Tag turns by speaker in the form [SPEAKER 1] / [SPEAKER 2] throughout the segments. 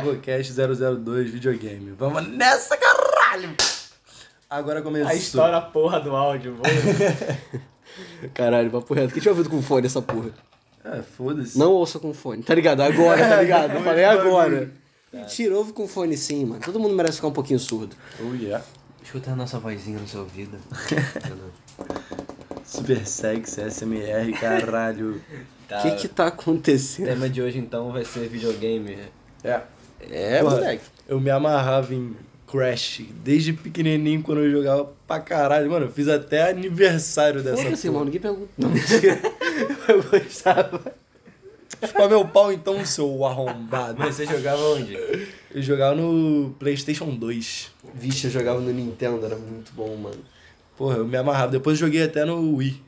[SPEAKER 1] Probocast 002 videogame. Vamos nessa, caralho! Agora começou.
[SPEAKER 2] Aí estoura a porra do áudio, mano.
[SPEAKER 3] Caralho, papo reto. Quem tinha ouvido com fone essa porra?
[SPEAKER 1] É, foda-se.
[SPEAKER 3] Não ouça com fone, tá ligado? Agora, tá ligado? Eu falei
[SPEAKER 1] Muito
[SPEAKER 3] agora. Mentira, ouve com fone sim, mano. Todo mundo merece ficar um pouquinho surdo.
[SPEAKER 1] Oh yeah.
[SPEAKER 4] Escuta a nossa vozinha no seu ouvido.
[SPEAKER 1] Super sexy, SMR, caralho.
[SPEAKER 3] O
[SPEAKER 4] tá,
[SPEAKER 3] que que tá
[SPEAKER 4] O
[SPEAKER 3] acontecendo?
[SPEAKER 4] tema de hoje então vai ser videogame.
[SPEAKER 1] É.
[SPEAKER 3] É,
[SPEAKER 1] Porra,
[SPEAKER 3] moleque.
[SPEAKER 1] Eu me amarrava em Crash desde pequenininho quando eu jogava pra caralho. Mano, eu fiz até aniversário dessa
[SPEAKER 3] Foda-se,
[SPEAKER 1] porra.
[SPEAKER 3] irmão, ninguém pergunta. Não, mentira. Eu gostava.
[SPEAKER 1] Chupa meu pau então, seu arrombado.
[SPEAKER 4] Mas você jogava onde?
[SPEAKER 1] Eu jogava no PlayStation 2.
[SPEAKER 3] Vixe, eu jogava no Nintendo, era muito bom, mano.
[SPEAKER 1] Porra, eu me amarrava. Depois eu joguei até no Wii.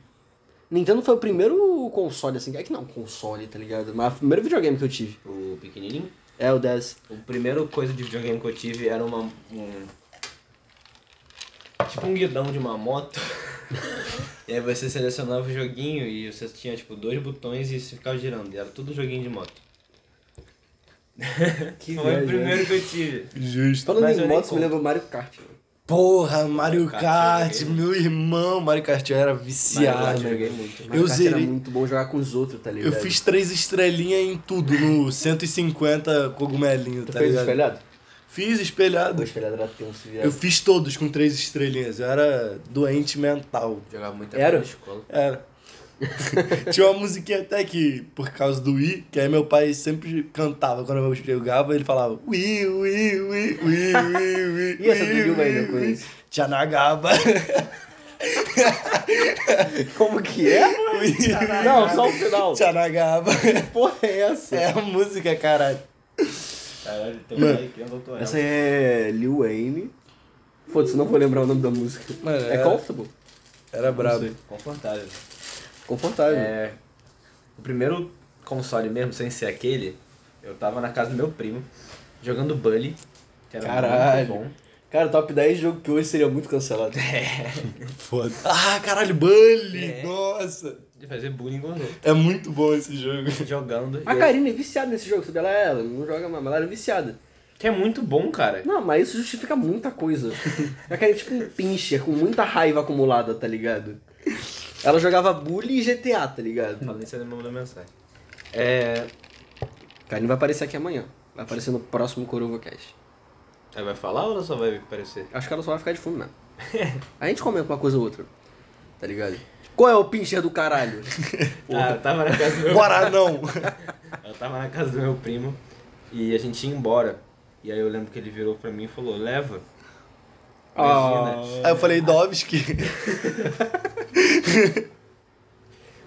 [SPEAKER 3] Nintendo foi o primeiro console, assim. É que não, console, tá ligado? Mas o primeiro videogame que eu tive.
[SPEAKER 4] O pequenininho?
[SPEAKER 3] É o 10.
[SPEAKER 4] O primeiro coisa de videogame que eu tive era uma. um- tipo um guidão de uma moto. e aí você selecionava o joguinho e você tinha tipo dois botões e você ficava girando. E era tudo joguinho de moto.
[SPEAKER 3] Que
[SPEAKER 4] Foi o primeiro que eu tive.
[SPEAKER 1] Justo.
[SPEAKER 3] Falando
[SPEAKER 4] Mas
[SPEAKER 3] em
[SPEAKER 4] eu nem
[SPEAKER 3] motos, me
[SPEAKER 4] conto.
[SPEAKER 3] lembra Mario Kart, mano.
[SPEAKER 1] Porra, Mario
[SPEAKER 4] Kart,
[SPEAKER 1] Kart,
[SPEAKER 4] eu joguei.
[SPEAKER 1] meu irmão. Mario Kart Ah, eu era viciado.
[SPEAKER 4] Mas eu joguei muito.
[SPEAKER 3] Mario
[SPEAKER 1] Eu
[SPEAKER 3] Kart
[SPEAKER 1] zerei.
[SPEAKER 3] era muito bom jogar com os outros, tá
[SPEAKER 1] Eu
[SPEAKER 3] ligado?
[SPEAKER 1] fiz três estrelinhas em tudo, no 150 cogumelinho,
[SPEAKER 3] Tu
[SPEAKER 1] tá
[SPEAKER 3] fez
[SPEAKER 1] ligado?
[SPEAKER 3] espelhado? é.
[SPEAKER 1] Fiz
[SPEAKER 3] O
[SPEAKER 1] espelhado.
[SPEAKER 3] espelhado era tenso, viado.
[SPEAKER 1] Eu fiz todos com três estrelinhas. Eu era doente mental.
[SPEAKER 4] Jogava muito
[SPEAKER 3] Era?
[SPEAKER 4] na escola.
[SPEAKER 1] Era. Tinha uma musiquinha até que, por causa do Wii, que aí meu pai sempre cantava quando eu jogava, ele falava Wii, Wii, Wii, Wii, Wii, Wii.
[SPEAKER 3] E essa do
[SPEAKER 1] Wii,
[SPEAKER 3] Gil
[SPEAKER 1] Wii,
[SPEAKER 3] ainda com
[SPEAKER 1] Wii".
[SPEAKER 3] isso?
[SPEAKER 1] Tchanagaba.
[SPEAKER 3] Como que é? Não, só o final.
[SPEAKER 1] Tchanagaba.
[SPEAKER 3] Que porra é essa?
[SPEAKER 1] É a música, caralho.
[SPEAKER 4] Caralho, teu pai que é doutorado.
[SPEAKER 3] Essa é Lil Wayne. Foda-se, não vou lembrar o nome da música.
[SPEAKER 1] Mano,
[SPEAKER 3] é
[SPEAKER 1] é-
[SPEAKER 3] Comfortable.
[SPEAKER 1] Era brabo.
[SPEAKER 4] Confortável.
[SPEAKER 3] Confortável.
[SPEAKER 4] É, o primeiro console mesmo, sem ser aquele, eu tava na casa do meu primo, jogando Bully, que era
[SPEAKER 3] Caralho.
[SPEAKER 4] muito bom.
[SPEAKER 3] Cara, top 10 jogo que hoje seria muito cancelado. É.
[SPEAKER 1] Foda. Ah, caralho, Bully!
[SPEAKER 4] É.
[SPEAKER 1] Nossa!
[SPEAKER 4] De fazer bullying com os outros.
[SPEAKER 1] É muito bom esse jogo.
[SPEAKER 4] Jogando.
[SPEAKER 3] A
[SPEAKER 4] e-
[SPEAKER 3] Karina é viciada nesse jogo, sabe? Ela é ela, não joga mais, mas ela era viciada.
[SPEAKER 4] Que é muito bom, cara.
[SPEAKER 3] Não, mas isso justifica muita coisa. A Karina é tipo um pincher com muita raiva acumulada, tá ligado? Ela jogava bully e GTA, tá ligado?
[SPEAKER 4] Falei isso no meu da mensagem. É.
[SPEAKER 3] Karina vai aparecer aqui amanhã. Vai aparecer no próximo CorovaCast.
[SPEAKER 4] Ela vai falar ou ela só vai aparecer?
[SPEAKER 3] Acho que ela só vai ficar de fundo mesmo. A gente comenta uma coisa ou outra. Tá ligado? Qual é o pincher do caralho?
[SPEAKER 4] Ah, eu tava na casa do meu
[SPEAKER 1] Guaranão!
[SPEAKER 4] Eu tava na casa do meu primo e a gente ia embora. E aí eu lembro que ele virou pra mim e falou, leva. Imagina.
[SPEAKER 1] Aí eu falei, Dovski.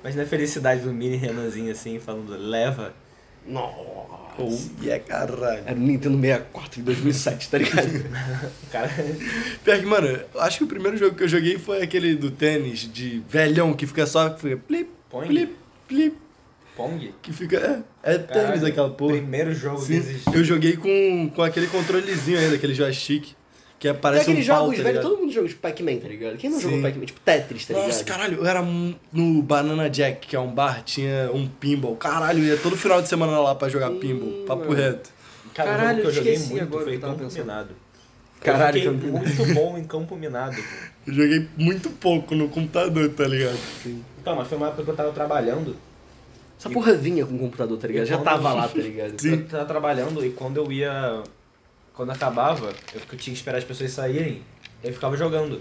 [SPEAKER 4] Imagina a felicidade do mini Renanzinho assim, falando, leva.
[SPEAKER 3] Nossa.
[SPEAKER 1] Oh, yeah, caralho.
[SPEAKER 3] Era o Nintendo 64 de 2007, tá ligado?
[SPEAKER 4] O cara
[SPEAKER 1] Pior que, mano, eu acho que o primeiro jogo que eu joguei foi aquele do tênis de velhão que fica só. Fica plip,
[SPEAKER 4] Pong?
[SPEAKER 1] plip, plip,
[SPEAKER 4] Pong?
[SPEAKER 1] que fica. É, é tênis
[SPEAKER 4] Caralho,
[SPEAKER 1] aquela porra.
[SPEAKER 4] Primeiro jogo
[SPEAKER 1] Sim,
[SPEAKER 4] que existe.
[SPEAKER 1] eu joguei com, com aquele controlezinho ainda, aquele joystick, que é-
[SPEAKER 3] Parece
[SPEAKER 1] parece
[SPEAKER 3] aqueles
[SPEAKER 1] um pau,
[SPEAKER 3] jogos,
[SPEAKER 1] tá
[SPEAKER 3] velho,
[SPEAKER 1] ligado?
[SPEAKER 3] todo mundo joga de Pac-Man, tá ligado? Quem não
[SPEAKER 1] Sim.
[SPEAKER 3] jogou Pac-Man? Tipo Tetris, tá ligado?
[SPEAKER 1] Nossa, caralho, eu era um- no Banana Jack, que é um bar, tinha um pinball. Caralho, eu ia todo final de semana lá pra jogar pinball, papo
[SPEAKER 3] mano.
[SPEAKER 1] reto.
[SPEAKER 4] Cara, um
[SPEAKER 3] Caralho,
[SPEAKER 4] jogo que eu joguei
[SPEAKER 3] esqueci
[SPEAKER 4] muito
[SPEAKER 3] agora o
[SPEAKER 4] foi
[SPEAKER 3] que eu tava
[SPEAKER 4] Campo
[SPEAKER 3] pensando.
[SPEAKER 4] Minado.
[SPEAKER 3] Caralho,
[SPEAKER 4] eu
[SPEAKER 3] Campo
[SPEAKER 4] fiquei muito bom em Campo Minado.
[SPEAKER 1] Eu joguei muito pouco no computador, tá ligado?
[SPEAKER 4] Então, mas foi uma época que eu tava trabalhando.
[SPEAKER 3] Essa porra vinha com o computador, tá ligado? Já tava lá, tá ligado?
[SPEAKER 1] Sim.
[SPEAKER 4] Eu tava trabalhando e quando eu ia... Quando acabava, eu fico- tinha que esperar as pessoas saírem. Eu ficava jogando.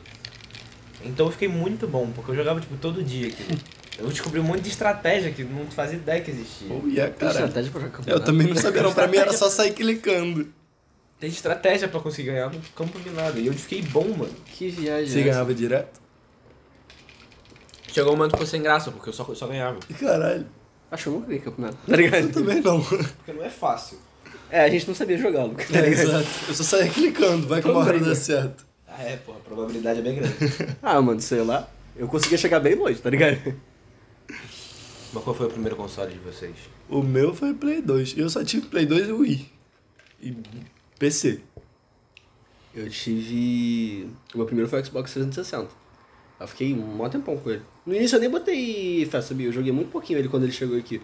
[SPEAKER 4] Então eu fiquei muito bom, porque eu jogava, tipo, todo dia aquilo. Eu descobri um monte de estratégia que não fazia ideia que existia.
[SPEAKER 1] Oh, yeah,
[SPEAKER 3] Tem
[SPEAKER 1] caralho.
[SPEAKER 3] estratégia é pra jogar campeonato.
[SPEAKER 1] Eu também não sabia, não. Pra mim era só sair clicando.
[SPEAKER 4] Tem estratégia pra conseguir ganhar no campo minado. E eu fiquei bom, mano.
[SPEAKER 3] Que viagem.
[SPEAKER 1] Você
[SPEAKER 3] é essa?
[SPEAKER 1] ganhava direto?
[SPEAKER 4] Chegou um momento que eu sem graça, porque eu só, só ganhava.
[SPEAKER 1] Caralho,
[SPEAKER 3] Acho que eu nunca ganhei campeonato, tá ligado?
[SPEAKER 1] eu também não.
[SPEAKER 4] Porque não é fácil.
[SPEAKER 3] É, a gente não sabia jogar, Lucas. tá
[SPEAKER 1] É,
[SPEAKER 3] ligado?
[SPEAKER 1] exato. Eu só saía clicando, vai que uma hora dá certo.
[SPEAKER 4] Ah, é, porra, a probabilidade é bem grande.
[SPEAKER 3] Ah, mano, sei lá. Eu conseguia chegar bem longe, tá ligado?
[SPEAKER 4] Mas qual foi o primeiro console de vocês?
[SPEAKER 1] O meu foi Play 2. Eu só tive Play 2 e Wii. E PC.
[SPEAKER 3] Eu tive. O meu primeiro foi o Xbox 360. Eu fiquei um mó tempão com ele. No início eu nem botei fé, sabia? Eu joguei muito pouquinho ele quando ele chegou aqui.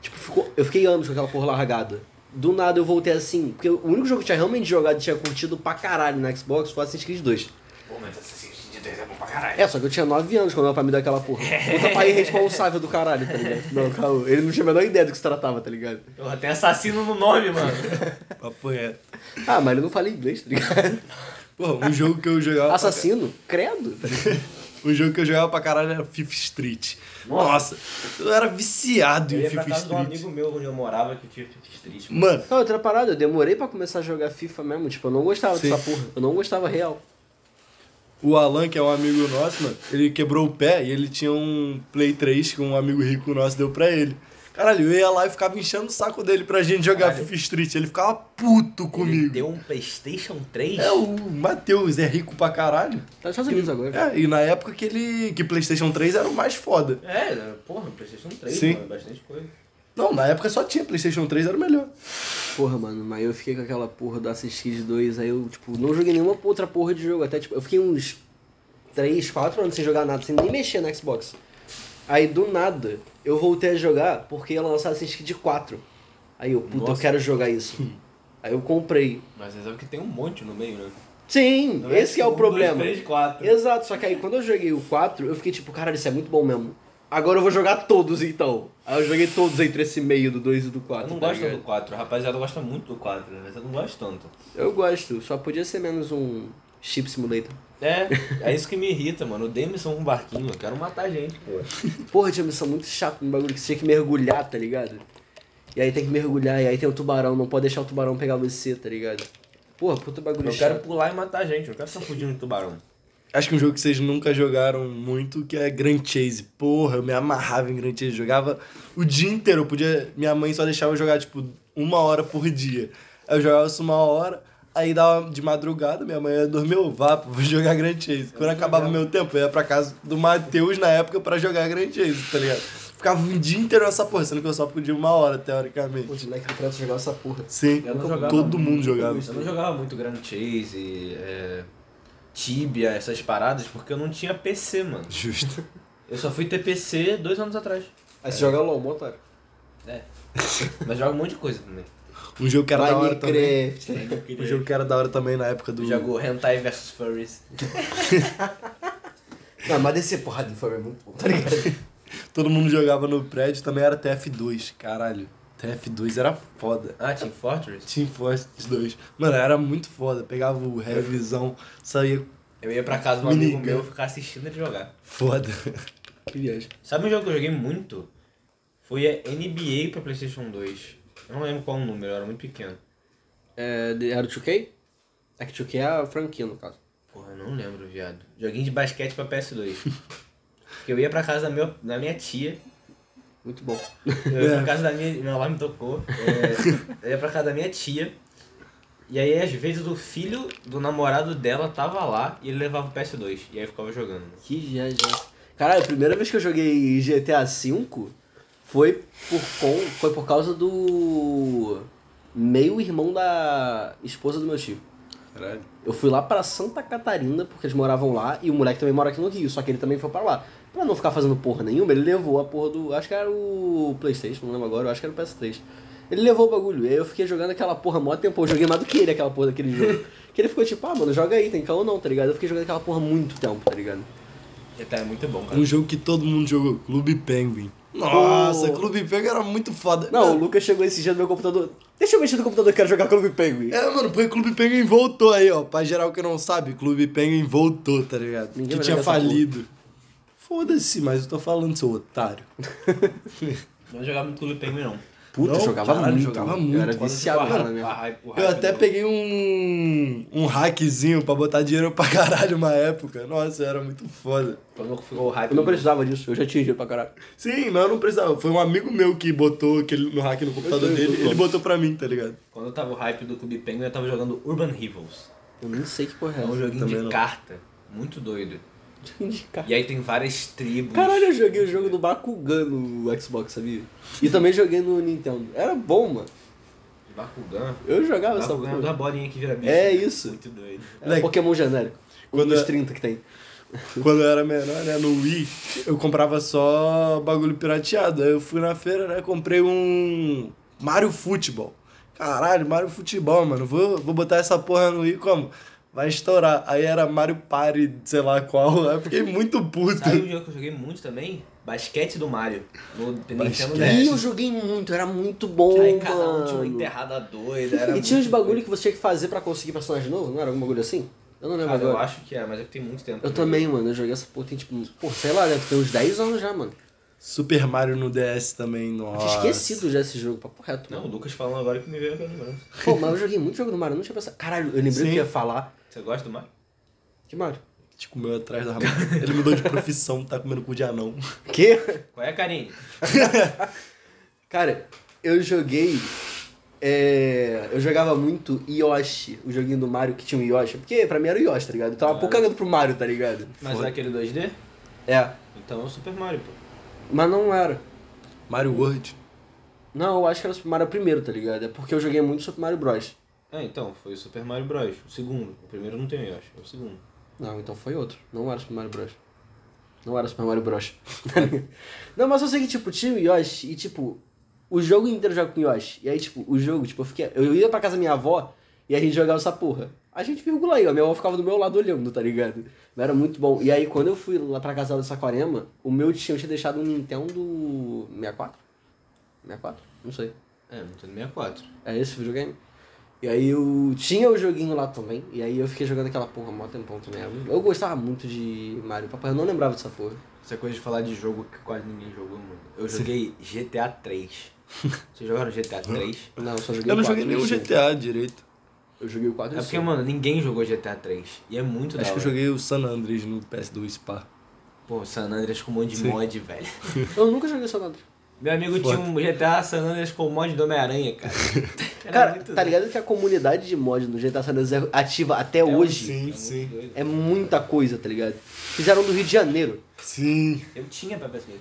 [SPEAKER 3] Tipo, ficou... eu fiquei anos com aquela porra largada. do nada eu voltei assim, porque o único jogo que eu tinha realmente jogado e tinha curtido pra caralho na Xbox foi Assassin's Creed 2.
[SPEAKER 4] Pô, mas Assassin's Creed 2 é bom pra caralho.
[SPEAKER 3] É, só que eu tinha 9 anos quando meu pai me deu aquela porra. Puta pai irresponsável do caralho, tá ligado? Não, calma. Ele não tinha a menor ideia do que se tratava, tá ligado?
[SPEAKER 4] Eu até assassino no nome, mano.
[SPEAKER 1] Papo reto.
[SPEAKER 3] Ah, mas ele não fala inglês, tá ligado?
[SPEAKER 1] Pô, um jogo que eu jogava.
[SPEAKER 3] Assassino? Credo. tá
[SPEAKER 1] Um jogo que eu jogava pra caralho era Fifth Street. Nossa, eu era viciado
[SPEAKER 4] Eu
[SPEAKER 1] em
[SPEAKER 4] ia pra
[SPEAKER 1] Fifth
[SPEAKER 4] casa de um
[SPEAKER 1] Street.
[SPEAKER 4] amigo meu onde eu morava que tinha Fifth Street. mano.
[SPEAKER 1] Mano,
[SPEAKER 3] Não, outra parada, eu demorei pra começar a jogar FIFA mesmo. Tipo, eu não gostava
[SPEAKER 1] Sim.
[SPEAKER 3] dessa porra. Eu não gostava real.
[SPEAKER 1] o Alan, que é um amigo nosso, mano, ele quebrou o pé e ele tinha um Play 3 que um amigo rico nosso deu pra ele. Caralho, eu ia lá e ficava enchendo o saco dele pra gente jogar
[SPEAKER 4] Caralho.
[SPEAKER 1] Fifth Street. Ele ficava puto
[SPEAKER 4] Ele
[SPEAKER 1] comigo.
[SPEAKER 4] deu um PlayStation 3?
[SPEAKER 1] É, o Matheus é rico pra caralho.
[SPEAKER 3] Tá nos Estados Unidos agora.
[SPEAKER 1] É, e na época que ele. que PlayStation 3 era o mais foda.
[SPEAKER 4] É, porra, PlayStation 3,
[SPEAKER 1] Sim.
[SPEAKER 4] mano, bastante coisa.
[SPEAKER 1] Não, na época só tinha PlayStation 3, era o melhor.
[SPEAKER 3] Porra, mano, mas eu fiquei com aquela porra do Assassin's Creed 2, aí eu, tipo, não joguei nenhuma outra porra de jogo. Até, tipo, eu fiquei uns 3, 4 anos sem jogar nada, sem nem mexer na Xbox. Aí, do nada, eu voltei a jogar porque ia lançar Assassin's Creed 4. Aí eu, puta, eu
[SPEAKER 4] Nossa.
[SPEAKER 3] quero jogar isso. aí eu comprei.
[SPEAKER 4] Mas você sabe que tem um monte no meio, né?
[SPEAKER 3] Sim,
[SPEAKER 4] Não
[SPEAKER 3] esse que é o
[SPEAKER 4] um,
[SPEAKER 3] problema.
[SPEAKER 4] Dois, três, quatro.
[SPEAKER 3] Exato, só que aí quando eu joguei o 4, eu fiquei tipo, caralho, isso é muito bom mesmo. Agora eu vou jogar todos então. Aí eu joguei todos entre esse meio do 2 e do 4.
[SPEAKER 4] Eu não
[SPEAKER 3] tá
[SPEAKER 4] gosto
[SPEAKER 3] ligado?
[SPEAKER 4] do 4, a rapaziada gosta muito do 4, mas eu não gosto tanto.
[SPEAKER 3] Eu gosto, só podia ser menos um chip simulator.
[SPEAKER 4] É, é isso que me irrita, mano. Odeio missão com um barquinho, eu quero matar gente, pô.
[SPEAKER 3] Porra, tinha missão muito chata no bagulho que você tinha que mergulhar, tá ligado? E aí tem que mergulhar, e aí tem o tubarão, não pode deixar o tubarão pegar você, tá ligado? Porra, puta bagulho
[SPEAKER 4] Eu
[SPEAKER 3] chato.
[SPEAKER 4] quero pular e matar gente, eu não quero ficar fugindo de tubarão.
[SPEAKER 1] Acho que um jogo que vocês nunca jogaram muito, que é Grand Chase. Porra, eu me amarrava em Grand Chase. Jogava o dia inteiro. Eu podia. Minha mãe só deixava eu jogar, tipo, uma hora por dia. Aí eu jogava isso uma hora, aí dava de madrugada, minha mãe dormiu, vá, pô, vou jogar Grand Chase. Quando acabava o meu tempo, eu ia pra casa do Matheus na época pra jogar Grand Chase, tá ligado? Ficava o dia inteiro nessa porra, sendo que eu só podia uma hora,
[SPEAKER 3] Pô,
[SPEAKER 1] teoricamente.
[SPEAKER 3] de moleque do preto jogar essa porra.
[SPEAKER 1] Sim,
[SPEAKER 4] Eu não jogava
[SPEAKER 1] todo
[SPEAKER 4] muito
[SPEAKER 1] mundo jogava.
[SPEAKER 4] Eu não jogava muito Grand Chase, é, Tibia, essas paradas, porque eu não tinha PC, mano.
[SPEAKER 1] Justo.
[SPEAKER 4] Eu só fui ter PC dois anos atrás.
[SPEAKER 3] Aí você joga LOL, mó otário.
[SPEAKER 4] Mas joga um monte de coisa também.
[SPEAKER 1] Um jogo que era da hora também.
[SPEAKER 3] Minecraft.
[SPEAKER 1] Um jogo que era da hora também na época do.
[SPEAKER 4] Tu jogou Hentai vs Furries.
[SPEAKER 3] Não, mas descer porrada de fome é muito bom, tá ligado?
[SPEAKER 1] Todo mundo jogava no prédio, também era TF2, caralho. TF2 era foda.
[SPEAKER 4] Ah, Team Fortress?
[SPEAKER 1] Team Fortress 2. Mano, era muito foda. Pegava o revisão, saía
[SPEAKER 4] Eu ia pra casa de um
[SPEAKER 1] Minigun.
[SPEAKER 4] amigo meu ficar assistindo ele jogar.
[SPEAKER 1] foda.
[SPEAKER 3] Que viagem.
[SPEAKER 4] Sabe um jogo que eu joguei muito? Foi a NBA pra Playstation 2. Eu não lembro qual o número, eu era muito pequeno.
[SPEAKER 3] É, de- era o 2K? É que 2K é a franquia, no caso.
[SPEAKER 4] Porra, eu não lembro, viado. Joguinho de basquete pra PS2. Porque eu ia pra casa da minha, da minha tia.
[SPEAKER 3] Muito bom.
[SPEAKER 4] Eu ia pra casa da minha. Meu alarme tocou. É, eu ia pra casa da minha tia. E aí, às vezes, o filho do namorado dela tava lá e ele levava o PS2. E aí eu ficava jogando.
[SPEAKER 3] Que viagem. Caralho, a primeira vez que eu joguei GTA V foi por, con... foi por causa do meio-irmão da esposa do meu tio.
[SPEAKER 1] Caralho.
[SPEAKER 3] Eu fui lá pra Santa Catarina, porque eles moravam lá, e o moleque também mora aqui no Rio, só que ele também foi pra lá. Pra não ficar fazendo porra nenhuma, ele levou a porra do. Acho que era o PlayStation, não lembro agora, eu acho que era o PS3. Ele levou o bagulho, e aí eu fiquei jogando aquela porra mó tempo. Eu joguei mais do que ele aquela porra daquele jogo. que ele ficou tipo, ah, mano, joga aí, tem cão ou não, tá ligado? Eu fiquei jogando aquela porra muito tempo, tá ligado?
[SPEAKER 4] E tá, é muito bom, cara.
[SPEAKER 1] Um jogo que todo mundo jogou, Clube Penguin. Nossa,
[SPEAKER 3] Pô.
[SPEAKER 1] Clube Penguin era muito foda.
[SPEAKER 3] Não, o Lucas chegou esse dia no meu computador. Deixa eu mexer no computador, eu quero jogar Clube Penguin.
[SPEAKER 1] É, mano, porque Clube Penguin voltou aí, ó. Pra geral que não sabe, Clube Penguin voltou, tá ligado?
[SPEAKER 3] Ninguém
[SPEAKER 1] que
[SPEAKER 3] vai
[SPEAKER 1] tinha
[SPEAKER 3] jogar essa porra.
[SPEAKER 1] falido. Foda-se, mas eu tô falando, seu otário.
[SPEAKER 4] Não jogava muito Clube Penguin, não.
[SPEAKER 3] Puta,
[SPEAKER 1] Não,
[SPEAKER 3] jogava
[SPEAKER 1] caralho,
[SPEAKER 3] muito.
[SPEAKER 1] jogava
[SPEAKER 3] mano.
[SPEAKER 1] muito,
[SPEAKER 3] Eu era
[SPEAKER 1] mano,
[SPEAKER 3] viciado
[SPEAKER 4] Tipo, a-
[SPEAKER 3] cara, na minha.
[SPEAKER 4] a hype- o
[SPEAKER 1] Eu
[SPEAKER 4] hype
[SPEAKER 1] até
[SPEAKER 4] do-
[SPEAKER 1] peguei um, um hackzinho pra botar dinheiro pra caralho uma época. Nossa, era muito foda.
[SPEAKER 4] Quando ficou o hype.
[SPEAKER 3] Eu não
[SPEAKER 4] do-
[SPEAKER 3] precisava disso, eu já tinha dinheiro pra caralho.
[SPEAKER 1] Sim, mas eu não precisava. Foi um amigo meu que botou aquele, no hack no computador
[SPEAKER 3] Eu sei, eu
[SPEAKER 1] dele.
[SPEAKER 3] sei.
[SPEAKER 1] Ele botou pra mim, tá ligado?
[SPEAKER 4] Quando eu tava o hype do Clube Penguin, eu tava jogando Urban Rivals.
[SPEAKER 3] Eu nem sei que porra é
[SPEAKER 4] É um
[SPEAKER 3] essa.
[SPEAKER 4] joguinho
[SPEAKER 1] também
[SPEAKER 4] de
[SPEAKER 1] não.
[SPEAKER 4] carta. Muito doido.
[SPEAKER 3] Indicar.
[SPEAKER 4] E aí tem várias tribos.
[SPEAKER 3] Caralho, eu joguei o jogo do Bakugan no Xbox, sabia? E também joguei no Nintendo. Era bom, mano.
[SPEAKER 4] Bakugan.
[SPEAKER 3] Ah, Eu jogava essa
[SPEAKER 4] Bakugan é da
[SPEAKER 3] porra.
[SPEAKER 4] bolinha que vira bicho.
[SPEAKER 3] É isso.
[SPEAKER 4] Muito doido.
[SPEAKER 3] É um Pokémon genérico. Um
[SPEAKER 1] Quando
[SPEAKER 3] dos
[SPEAKER 1] é-
[SPEAKER 3] 30 que tem.
[SPEAKER 1] Quando eu era menor, né, no Wii, eu comprava só bagulho pirateado. Aí eu fui na feira, né, comprei um Mario Futebol. Caralho, Mario Futebol, mano. Vou, vou botar essa porra no i como? Vai estourar. Aí era Mario Party, sei lá qual. Aí eu fiquei muito puto.
[SPEAKER 4] Sabe um jogo que eu joguei muito também? Basquete do Mario. No Nintendo
[SPEAKER 1] Basquete.
[SPEAKER 3] E eu
[SPEAKER 4] DS.
[SPEAKER 3] joguei muito, era muito é bom,
[SPEAKER 4] Aí
[SPEAKER 3] mano.
[SPEAKER 4] cada um tinha uma enterrada doida. Era
[SPEAKER 3] E tinha uns
[SPEAKER 4] muito
[SPEAKER 3] bagulho
[SPEAKER 4] doido.
[SPEAKER 3] que você tinha que fazer pra conseguir personagem novo, não era algum bagulho assim? Eu não lembro
[SPEAKER 4] Cara, eu
[SPEAKER 3] agora.
[SPEAKER 4] acho que é, mas é que tem muito tempo.
[SPEAKER 3] Eu também, mano, eu joguei essa porra, tem tipo, pô, sei lá, deve ter uns 10 anos já, mano.
[SPEAKER 1] Super Mario no DS também,
[SPEAKER 3] Eu
[SPEAKER 1] nossa.
[SPEAKER 3] tinha esquecido já esse jogo, papo reto.
[SPEAKER 4] Não, o
[SPEAKER 3] Mano.
[SPEAKER 4] Lucas falando agora que me veio a lembrança.
[SPEAKER 3] Pô, mas eu joguei muito jogo do Mario, eu não tinha pensado. Caralho, eu lembrei
[SPEAKER 1] Sim.
[SPEAKER 3] que eu ia falar.
[SPEAKER 4] Você gosta do Mario?
[SPEAKER 3] Que Mario?
[SPEAKER 1] Te comeu atrás da ramada. Ele mudou de profissão, tá comendo cu de anão.
[SPEAKER 3] Que?
[SPEAKER 4] Qual é, Karine?
[SPEAKER 3] Cara, eu joguei. é, eu jogava muito Yoshi, o joguinho do Mario que tinha um Yoshi, porque pra mim era o Yoshi, tá ligado? Eu tava
[SPEAKER 4] Ah.
[SPEAKER 3] pouco cagando pro Mario, tá ligado?
[SPEAKER 4] Mas
[SPEAKER 1] Foi.
[SPEAKER 4] é aquele 2D?
[SPEAKER 3] É,
[SPEAKER 4] Então é o Super Mario, pô.
[SPEAKER 3] mas não era.
[SPEAKER 1] Mario World.
[SPEAKER 3] Não, eu acho que era o Super Mario primeiro, tá ligado? É porque eu joguei muito Super Mario Bros.
[SPEAKER 4] É, então, foi o Super Mario Bros. O segundo. O primeiro não tem, eu acho. É o segundo.
[SPEAKER 3] Não, então foi outro. Não era Super Mario Bros. Não era Super Mario Bros. não, mas eu sei que, tipo, tinha o Yoshi e, tipo, o jogo inteiro eu jogo com Yoshi. E aí, tipo, o jogo, tipo, eu fiquei. Eu ia pra casa da minha avó e a gente jogava essa porra. A gente virgula aí, ó. Minha avó ficava do meu lado olhando, tá ligado? Mas era muito bom. E aí, quando eu fui lá pra casa da Saquarema, o meu tio tinha deixado um Nintendo 64? 64? Não sei.
[SPEAKER 4] É, não tem 64.
[SPEAKER 3] É esse o videogame? E aí eu tinha o joguinho lá também, e aí eu fiquei jogando aquela porra mó tempão também. Eu gostava muito de Mario, papai, eu não lembrava dessa porra.
[SPEAKER 4] Essa coisa de falar de jogo que quase ninguém jogou, mano. Eu joguei GTA 3. Vocês jogaram GTA 3?
[SPEAKER 3] Não, eu só joguei
[SPEAKER 1] Eu não
[SPEAKER 3] o 4
[SPEAKER 1] joguei né?
[SPEAKER 3] e
[SPEAKER 1] nenhum
[SPEAKER 3] o 5.
[SPEAKER 1] GTA direito.
[SPEAKER 3] Eu joguei o
[SPEAKER 4] É
[SPEAKER 3] 4 e o
[SPEAKER 4] porque,
[SPEAKER 3] 5.
[SPEAKER 4] mano, ninguém jogou GTA 3. E é muito da
[SPEAKER 1] Acho que eu
[SPEAKER 4] hora.
[SPEAKER 1] joguei o San Andreas no PS2 Spa.
[SPEAKER 4] Pô, San Andreas com um monte de
[SPEAKER 1] Sim.
[SPEAKER 4] mod, velho.
[SPEAKER 3] Eu nunca joguei o San Andreas.
[SPEAKER 4] Meu amigo
[SPEAKER 1] Foda.
[SPEAKER 4] tinha um GTA San Andreas com um mod do Homem-Aranha, cara. Era
[SPEAKER 3] Cara,
[SPEAKER 4] muito
[SPEAKER 3] tá
[SPEAKER 4] doido.
[SPEAKER 3] ligado que a comunidade de mod no GTA San Andreas é ativa até hoje?
[SPEAKER 1] Sim,
[SPEAKER 4] É muito
[SPEAKER 1] sim.
[SPEAKER 4] doido.
[SPEAKER 3] É muita coisa, tá ligado? Fizeram do Rio de Janeiro.
[SPEAKER 1] Sim.
[SPEAKER 4] Eu tinha pra PS2.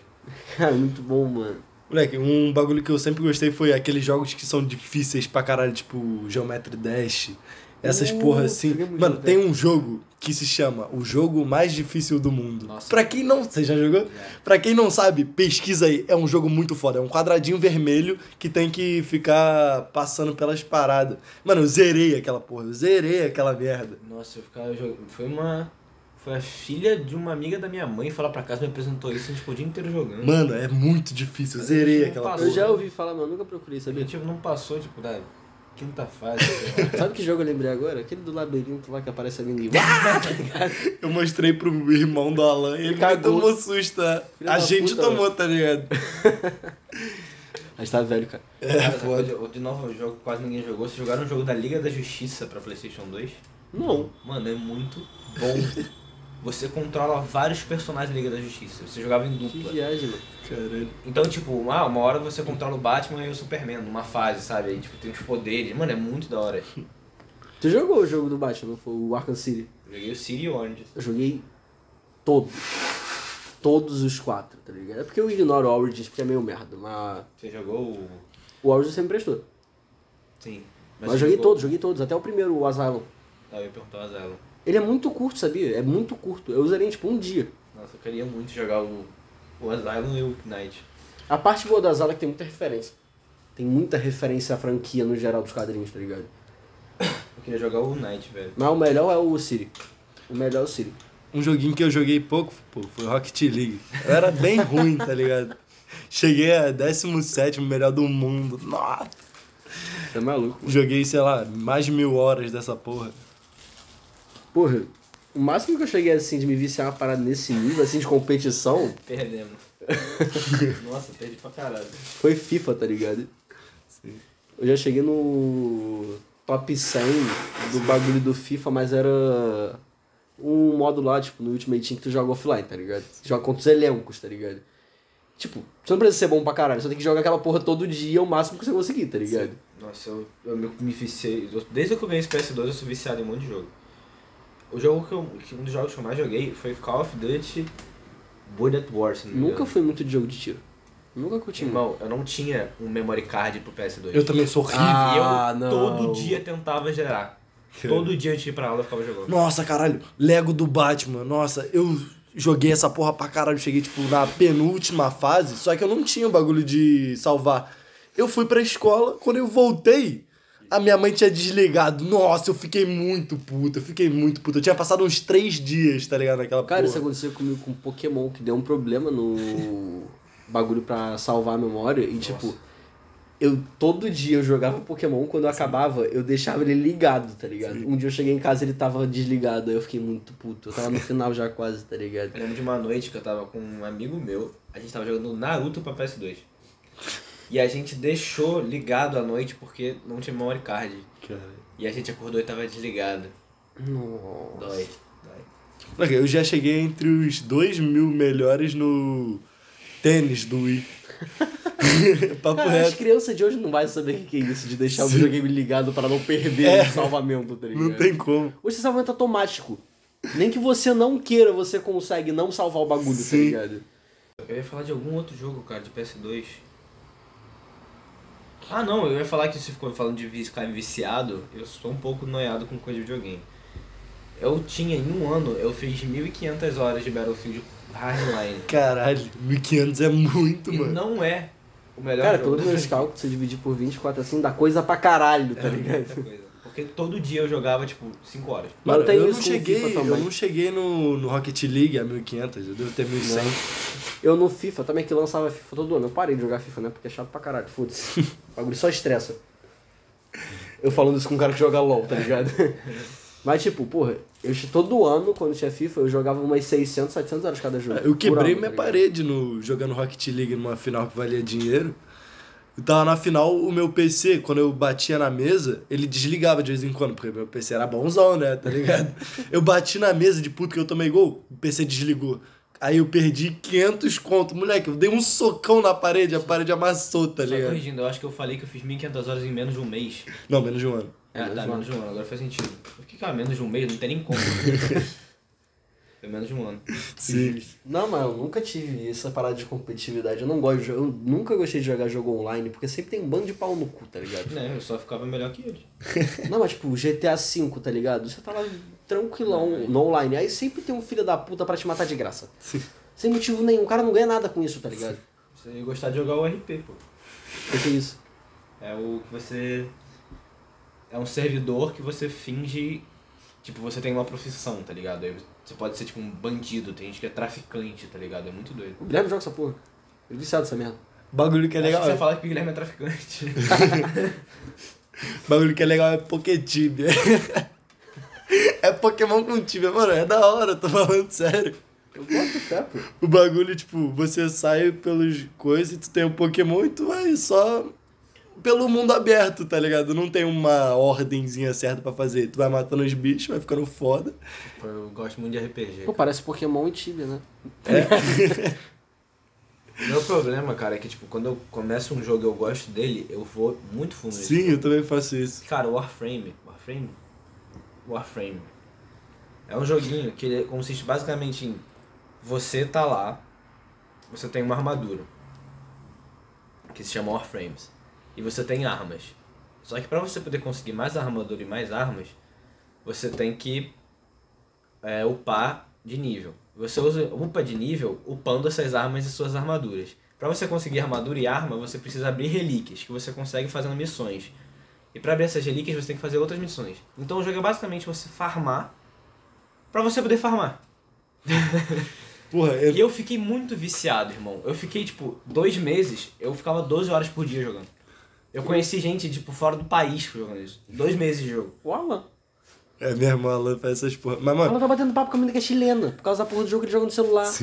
[SPEAKER 3] Cara, muito bom, mano.
[SPEAKER 1] Moleque, um bagulho que eu sempre gostei foi aqueles jogos que são difíceis pra caralho, tipo Geometry Dash. Essas
[SPEAKER 3] Uh,
[SPEAKER 1] porra assim.
[SPEAKER 3] joguei muito
[SPEAKER 1] Mano,
[SPEAKER 3] Geometry
[SPEAKER 1] tem um jogo que se chama O Jogo Mais Difícil do Mundo.
[SPEAKER 4] Nossa.
[SPEAKER 1] Pra quem não. Você já
[SPEAKER 3] É.
[SPEAKER 1] jogou? Pra quem não sabe, pesquisa aí. É um jogo muito foda. É um quadradinho vermelho que tem que ficar passando pelas paradas. Mano, eu zerei aquela porra. Eu zerei aquela merda.
[SPEAKER 4] Nossa, eu ficava jogando. Foi uma. Foi a filha de uma amiga da minha mãe falar pra casa, me apresentou isso, a gente podia inteiro jogando.
[SPEAKER 1] Mano, é muito difícil. Eu zerei aquela
[SPEAKER 4] Passou.
[SPEAKER 3] Eu
[SPEAKER 1] porra.
[SPEAKER 3] já ouvi falar, mas eu nunca procurei
[SPEAKER 4] A
[SPEAKER 3] saber.
[SPEAKER 4] gente não passou, tipo, da quinta fase. sei lá.
[SPEAKER 3] Sabe que jogo eu lembrei agora? Aquele do labirinto lá que aparece alguém e...
[SPEAKER 1] Ah! Eu mostrei pro irmão do Alan e ele
[SPEAKER 3] Cagou.
[SPEAKER 1] tomou susto. né?
[SPEAKER 3] Filho
[SPEAKER 1] A
[SPEAKER 3] da
[SPEAKER 1] gente
[SPEAKER 3] puta,
[SPEAKER 1] tomou, tá ligado?
[SPEAKER 3] A gente tá velho, cara.
[SPEAKER 1] É,
[SPEAKER 4] Cara,
[SPEAKER 1] foda.
[SPEAKER 4] de- De novo, um jogo que quase ninguém jogou. Vocês jogaram um jogo da Liga da Justiça pra PlayStation 2?
[SPEAKER 3] Não.
[SPEAKER 4] Mano, é muito bom. Você controla vários personagens da Liga da Justiça. Você jogava em
[SPEAKER 3] Que
[SPEAKER 4] dupla.
[SPEAKER 3] viagem, mano.
[SPEAKER 1] Caralho.
[SPEAKER 4] Então, tipo, ah, uma hora você controla o Batman e o Superman numa fase, sabe? Aí, tipo, tem os poderes. Mano, é muito da hora.
[SPEAKER 3] Tu jogou o jogo do Batman, foi o Arkham City?
[SPEAKER 4] Eu joguei o City Orange.
[SPEAKER 3] Eu joguei todos. Todos os quatro, tá ligado? É porque eu ignoro o Origins, porque é meio merda, mas
[SPEAKER 4] Você jogou o.
[SPEAKER 3] o Origins sempre prestou.
[SPEAKER 4] Sim.
[SPEAKER 3] Mas,
[SPEAKER 4] você
[SPEAKER 3] eu joguei
[SPEAKER 4] jogou-
[SPEAKER 3] todos, joguei todos, até o primeiro, o Asylum.
[SPEAKER 4] Ah, eu ia perguntar o Asylum.
[SPEAKER 3] Ele é muito curto, sabia? É muito curto. Eu usarei tipo um dia.
[SPEAKER 4] Nossa, eu queria muito jogar o, o Asylum e o Knight.
[SPEAKER 3] A parte boa do Asylum é que tem muita referência. Tem muita referência à franquia no geral dos quadrinhos, tá ligado?
[SPEAKER 4] Eu queria jogar o Knight, velho.
[SPEAKER 3] Mas o melhor é o City. O melhor é o City.
[SPEAKER 1] Um joguinho que eu joguei pouco, pô, foi Rocket League. Eu era bem ruim, tá ligado? Cheguei a 17 melhor do mundo. Nossa!
[SPEAKER 3] Tá maluco?
[SPEAKER 1] Joguei, sei lá, mais de mil horas dessa porra.
[SPEAKER 3] Porra, o máximo que eu cheguei assim de me viciar uma parada nesse nível, assim, de competição,
[SPEAKER 4] Perdemos. Nossa, perdi pra caralho.
[SPEAKER 3] Foi FIFA, tá ligado?
[SPEAKER 1] Sim.
[SPEAKER 3] Eu já cheguei no top 100 do bagulho do FIFA, mas era um modo lá, tipo, no Ultimate Team que tu joga offline, tá ligado? Tu Joga contra os elencos, tá ligado? Tipo, você não precisa ser bom pra caralho, só tem que jogar aquela porra todo dia, o máximo que você conseguir, tá ligado?
[SPEAKER 4] Nossa, eu, eu me, me viciei. eu- desde que eu ganhei esse PS2, eu sou viciado em um monte de jogo. O jogo que, eu, que um dos jogos que eu mais joguei foi Call of Duty Bullet Wars.
[SPEAKER 3] Nunca fui muito de jogo de tiro. Nunca curti.
[SPEAKER 4] tinha. Irmão, eu não tinha um memory card pro PS2.
[SPEAKER 1] Eu também sou horrível.
[SPEAKER 4] E
[SPEAKER 3] Ah.
[SPEAKER 4] eu
[SPEAKER 3] não.
[SPEAKER 4] todo dia tentava gerar. Todo dia antes de ir pra aula eu ficava jogando.
[SPEAKER 1] Nossa, caralho, Lego do Batman. Nossa, eu joguei essa porra pra caralho. Cheguei, tipo, na penúltima fase, só que eu não tinha o bagulho de salvar. Eu fui pra escola, quando eu voltei, A minha mãe tinha desligado. Nossa, eu fiquei muito puto, eu fiquei muito puto. Eu tinha passado uns três dias, tá ligado? Naquela
[SPEAKER 3] Cara, isso é
[SPEAKER 1] porra.
[SPEAKER 3] aconteceu comigo com Pokémon, que deu um problema no bagulho pra salvar a memória. E tipo, eu todo dia eu jogava Pokémon, quando eu acabava, eu deixava ele ligado, tá ligado? Um dia eu cheguei em casa ele tava desligado, aí eu fiquei muito puto. Eu tava no final já quase, tá ligado?
[SPEAKER 4] Eu lembro de uma noite que eu tava com um amigo meu, a gente tava jogando Naruto pra PS2. E a gente deixou ligado à noite porque não tinha memory card. E a gente acordou e tava desligado.
[SPEAKER 3] Nossa.
[SPEAKER 4] Dói, dói.
[SPEAKER 1] Moleque, Eu já cheguei entre os dois mil melhores no tênis do Wii. Papo
[SPEAKER 3] Cara, as
[SPEAKER 1] reto.
[SPEAKER 3] crianças de hoje não vai saber o que que é isso, de deixar o videogame ligado pra não perder
[SPEAKER 1] É.
[SPEAKER 3] o salvamento, tá ligado?
[SPEAKER 1] Não tem como.
[SPEAKER 3] Hoje esse salvamento é automático. Nem que você não queira, você consegue não salvar o bagulho, tá
[SPEAKER 1] Sim.
[SPEAKER 3] ligado?
[SPEAKER 4] Eu ia falar de algum outro jogo, cara, de PS2. Ah não, eu ia falar que você ficou falando de vi- ficar viciado, eu sou um pouco noiado com coisa de videogame. Eu tinha, em um ano, eu fiz 1500 horas de Battlefield Hardline.
[SPEAKER 1] Caralho, 1500 é muito,
[SPEAKER 4] e
[SPEAKER 1] mano.
[SPEAKER 4] não é o melhor
[SPEAKER 3] Cara,
[SPEAKER 4] jogo
[SPEAKER 3] pelo menos cálculos, você dividir por 24 assim, dá coisa pra caralho, tá
[SPEAKER 4] É
[SPEAKER 3] ligado?
[SPEAKER 4] muita coisa. Porque todo dia eu jogava, tipo, 5 horas.
[SPEAKER 1] Mano,
[SPEAKER 3] Mantém
[SPEAKER 1] eu
[SPEAKER 3] isso
[SPEAKER 1] não
[SPEAKER 3] com
[SPEAKER 1] cheguei,
[SPEAKER 3] FIFA
[SPEAKER 1] eu
[SPEAKER 3] também.
[SPEAKER 1] não cheguei no, no Rocket League a 1500, eu devo ter 1100.
[SPEAKER 3] Eu no FIFA também, que lançava FIFA todo ano, eu parei de jogar FIFA, né? Porque é chato pra caralho, foda-se. O bagulho só estressa. Eu falando isso com um cara que joga LOL, tá ligado? Mas tipo, porra, eu che- todo ano, quando tinha FIFA, eu jogava umas 600, 700 horas cada jogo.
[SPEAKER 1] É, Ah, Eu
[SPEAKER 3] por
[SPEAKER 1] quebrei minha
[SPEAKER 3] ano, tá ligado?
[SPEAKER 1] parede no, jogando Rocket League numa final que valia dinheiro. Eu tava na final, o meu PC, quando eu batia na mesa, ele desligava de vez em quando, porque meu PC era bonzão, né? Tá ligado? eu bati na mesa de puto que eu tomei gol, o PC desligou. Aí eu perdi 500 conto. Moleque, eu dei um socão na parede, a parede amassou, tá
[SPEAKER 4] Só
[SPEAKER 1] ligado?
[SPEAKER 4] corrigindo, eu acho que eu falei que eu fiz 1500 horas em menos de um mês.
[SPEAKER 1] Não, menos de um ano.
[SPEAKER 4] É,
[SPEAKER 3] Menos
[SPEAKER 4] tá,
[SPEAKER 3] de um
[SPEAKER 4] menos de um ano, agora faz sentido. Por que, que é menos de um mês? Não tem nem como. Foi menos de um ano.
[SPEAKER 1] Sim.
[SPEAKER 3] Não, mas eu nunca tive essa parada de competitividade. Eu não gosto de jo- Eu nunca gostei de jogar jogo online, porque sempre tem um bando de pau no cu, tá ligado?
[SPEAKER 4] Né, eu só ficava melhor que eles.
[SPEAKER 3] Não, mas tipo, GTA V, tá ligado? Você tá lá tranquilão no online. Aí sempre tem um filho da puta pra te matar de graça.
[SPEAKER 1] Sim.
[SPEAKER 3] Sem motivo nenhum. O cara não ganha nada com isso, tá ligado?
[SPEAKER 4] Você ia gostar de jogar o RP, pô.
[SPEAKER 3] O que que é isso?
[SPEAKER 4] É o que você. É um servidor que você finge. Tipo, você tem uma profissão, tá ligado? Aí você pode ser tipo um bandido, tem gente que é traficante, tá ligado? É muito doido.
[SPEAKER 3] O Guilherme joga essa porra. Ele é viciado essa merda.
[SPEAKER 1] Bagulho que é
[SPEAKER 4] Acho
[SPEAKER 1] legal.
[SPEAKER 4] que você fala que o Guilherme é traficante.
[SPEAKER 1] bagulho que é legal é Poketibia. é Pokémon com Tibia, mano. É da hora, eu tô falando sério.
[SPEAKER 3] Eu gosto fé, pô.
[SPEAKER 1] O bagulho, tipo, você sai pelos coisas e tu tem um Pokémon e tu vai só pelo mundo aberto, tá ligado? Não tem uma ordenzinha certa pra fazer. Tu vai matando os bichos, vai ficando foda.
[SPEAKER 4] Pô, eu gosto muito de RPG.
[SPEAKER 3] Pô, parece Pokémon e Tibia, né?
[SPEAKER 4] Meu problema, cara, é que, tipo, quando eu começo um jogo e eu gosto dele, eu vou muito fundo. nesse
[SPEAKER 1] Sim, eu também faço isso.
[SPEAKER 4] jogo. Cara, Warframe. Warframe? Warframe. É um joguinho que ele consiste basicamente em você tá lá, você tem uma armadura. Que se chama Warframes. E você tem armas. Só que pra você poder conseguir mais armadura e mais armas, você tem que é, upar de nível. Você usa upa de nível upando essas armas e suas armaduras. Pra você conseguir armadura e arma, você precisa abrir relíquias, que você consegue fazendo missões. E pra abrir essas relíquias, você tem que fazer outras missões. Então o jogo é basicamente você farmar pra você poder farmar.
[SPEAKER 1] Porra, eu...
[SPEAKER 4] E eu fiquei muito viciado, irmão. Eu fiquei, tipo, dois meses, eu ficava 12 horas por dia jogando. Eu conheci gente, tipo, fora do país jogando isso. Dois meses de jogo.
[SPEAKER 3] O Alan.
[SPEAKER 1] é minha irmã, ela faz essas porra. Mas,
[SPEAKER 3] O
[SPEAKER 1] mano,
[SPEAKER 3] Alan tá batendo papo com a menina que é chilena. Por causa da porra do jogo que ele joga no celular.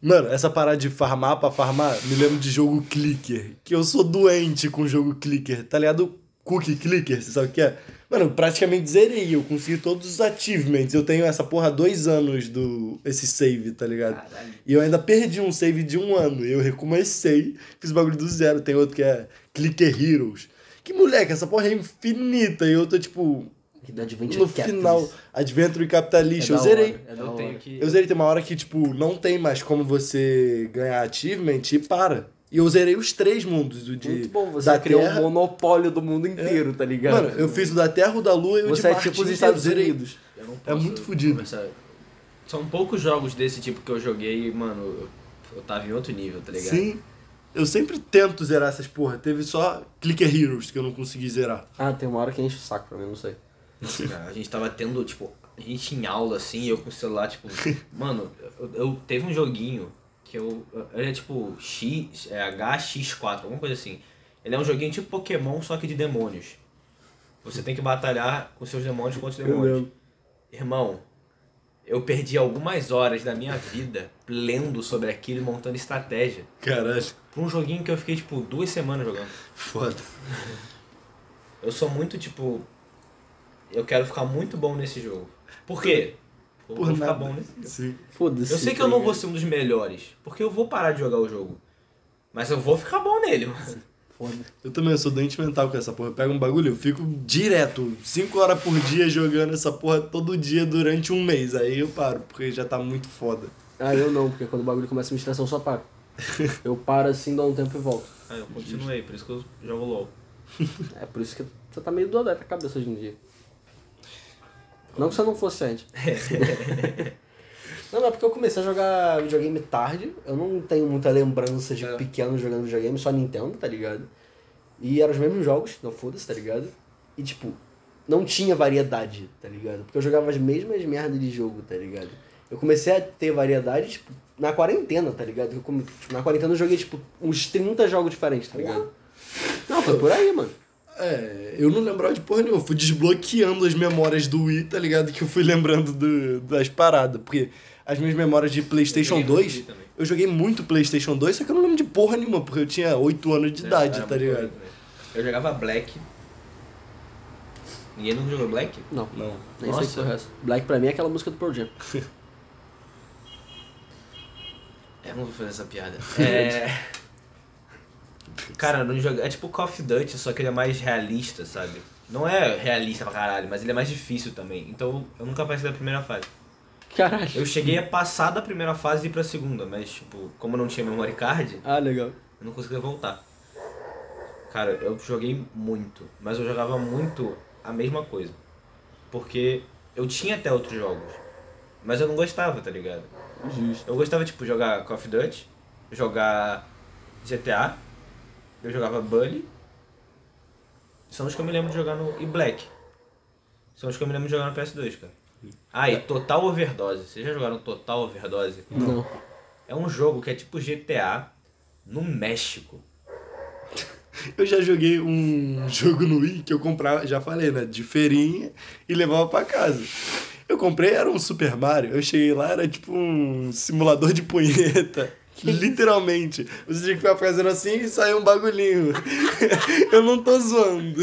[SPEAKER 1] Mano, essa parada de farmar pra farmar, me lembro de jogo clicker. Que eu sou doente com jogo clicker, tá ligado? Cookie clicker, você sabe o que é? Mano, eu praticamente zerei, eu consegui todos os achievements. Eu tenho essa porra há dois anos do esse save, tá ligado?
[SPEAKER 4] Caralho.
[SPEAKER 1] E eu ainda perdi um save de um ano. Eu recomecei, fiz o bagulho do zero. Tem outro que é Clicker Heroes. Que moleque, essa porra é infinita. E eu tô, tipo,
[SPEAKER 3] Que dá Adventure
[SPEAKER 1] no
[SPEAKER 3] Capitalist.
[SPEAKER 1] final, Adventure Capitalist.
[SPEAKER 3] É
[SPEAKER 1] eu
[SPEAKER 3] da
[SPEAKER 1] zerei.
[SPEAKER 3] hora, é da
[SPEAKER 4] Eu tenho
[SPEAKER 3] hora.
[SPEAKER 4] que.
[SPEAKER 1] Eu zerei, tem uma hora que, tipo, não tem mais como você ganhar achievement e para. E eu zerei os três mundos, o de...
[SPEAKER 3] Muito bom, você
[SPEAKER 1] da
[SPEAKER 3] criou
[SPEAKER 1] terra.
[SPEAKER 3] um monopólio do mundo inteiro, tá ligado?
[SPEAKER 1] Mano, eu fiz o da Terra, o da Lua e o de
[SPEAKER 3] Você é
[SPEAKER 1] Marte
[SPEAKER 3] tipo os
[SPEAKER 1] inteiro,
[SPEAKER 3] Estados
[SPEAKER 1] zerei.
[SPEAKER 3] Unidos.
[SPEAKER 4] Eu não
[SPEAKER 1] É
[SPEAKER 4] posso
[SPEAKER 1] muito fudido.
[SPEAKER 4] conversar. São poucos jogos desse tipo que eu joguei e, mano, eu, eu tava em outro nível, tá ligado?
[SPEAKER 1] Sim. Eu sempre tento zerar essas porra. Teve só Clicker Heroes que eu não consegui zerar.
[SPEAKER 3] Ah, tem uma hora que enche o saco pra mim, não sei.
[SPEAKER 4] Cara, Tá a gente tava tendo, tipo, a gente em aula, assim, eu com o celular, tipo. mano, eu, eu- teve um joguinho que eu. Ele é tipo X, é HX4, alguma coisa assim. Ele é um joguinho tipo Pokémon, só que de demônios. Você tem que batalhar com seus demônios contra os demônios. Irmão, eu perdi algumas horas da minha vida lendo sobre aquilo e montando estratégia.
[SPEAKER 1] Caralho,
[SPEAKER 4] Pra um joguinho que eu fiquei, tipo, duas semanas jogando.
[SPEAKER 1] foda.
[SPEAKER 4] Eu sou muito tipo. Eu quero ficar muito bom nesse jogo. Por quê? Eu
[SPEAKER 1] Por
[SPEAKER 4] vou ficar
[SPEAKER 1] nada.
[SPEAKER 4] bom né? nesse jogo.
[SPEAKER 1] Sim.
[SPEAKER 3] Foda-se. tá
[SPEAKER 4] Eu sei que eu
[SPEAKER 1] é
[SPEAKER 4] não vou ser um dos melhores, porque eu vou parar de jogar o jogo. Mas eu vou ficar bom nele, mano.
[SPEAKER 1] Eu também sou doente mental com essa porra. Eu pego um bagulho, eu fico direto, 5 horas por dia jogando essa porra todo dia durante um mês. Aí eu paro, porque já tá muito foda.
[SPEAKER 3] Ah, eu não, porque quando o bagulho começa a me estressar, eu só paro. Eu paro assim, dou um tempo e volto.
[SPEAKER 4] Ah, eu continuei, por isso que eu jogo LOL.
[SPEAKER 3] É por isso que você tá meio doido da cabeça hoje em dia. Não que você não fosse antes. não, mas é porque eu comecei a jogar videogame tarde. Eu não tenho muita lembrança de pequeno jogando videogame, só Nintendo, tá ligado? E eram os mesmos jogos, não foda-se, tá ligado? E tipo, não tinha variedade, tá ligado? Porque eu jogava as mesmas merdas de jogo, tá ligado? Eu comecei a ter variedade, tipo, na quarentena, tá ligado? Eu come- tipo, na quarentena eu joguei, tipo, uns 30 jogos diferentes, tá ligado? Não, foi por aí, mano.
[SPEAKER 1] É, eu não lembrava de porra nenhuma. Eu fui desbloqueando as memórias do Wii, tá ligado? Que eu fui lembrando do- das paradas. Porque as minhas memórias de PlayStation
[SPEAKER 4] Eu joguei muito
[SPEAKER 1] 2,
[SPEAKER 4] Wii também.
[SPEAKER 1] eu joguei muito PlayStation 2, só que eu não lembro de porra nenhuma, porque eu tinha 8 anos de idade,
[SPEAKER 4] É, Era
[SPEAKER 1] tá
[SPEAKER 4] muito
[SPEAKER 1] ligado?
[SPEAKER 4] doido, né? Eu jogava Black. Ninguém nunca jogou Black?
[SPEAKER 3] Não,
[SPEAKER 1] Não.
[SPEAKER 3] nem sei
[SPEAKER 4] Nossa.
[SPEAKER 3] que porra é essa. Black pra mim é aquela música do Pearl Jam.
[SPEAKER 4] Eu não vou fazer essa piada. É. Cara, não joga. É tipo Call of Duty, só que ele é mais realista, sabe? Não é realista pra caralho, mas ele é mais difícil também. Então eu nunca passei da primeira fase.
[SPEAKER 3] Caralho.
[SPEAKER 4] Eu cheguei a passar da primeira fase e ir pra segunda, mas tipo, como eu não tinha memory card,
[SPEAKER 3] Ah, legal.
[SPEAKER 4] eu não conseguia voltar. Cara, eu joguei muito, mas eu jogava muito a mesma coisa. Porque eu tinha até outros jogos, mas eu não gostava, tá ligado?
[SPEAKER 3] Justo.
[SPEAKER 4] Eu gostava, tipo, jogar Call of Duty, jogar GTA, eu jogava Bully. São os que eu me lembro de jogar no. E Black. São os que eu me lembro de jogar no PS2, cara. Ah, e Total Overdose. Vocês já jogaram Total Overdose?
[SPEAKER 3] Não.
[SPEAKER 4] É um jogo que é tipo GTA no México.
[SPEAKER 1] Eu já joguei um jogo no Wii que eu comprava, já falei, né? De feirinha e levava pra casa. Eu comprei, era um Super Mario. Eu cheguei lá, era tipo um simulador de punheta. Literalmente. Você tinha que ficar fazendo assim e saiu um bagulhinho. eu não tô zoando.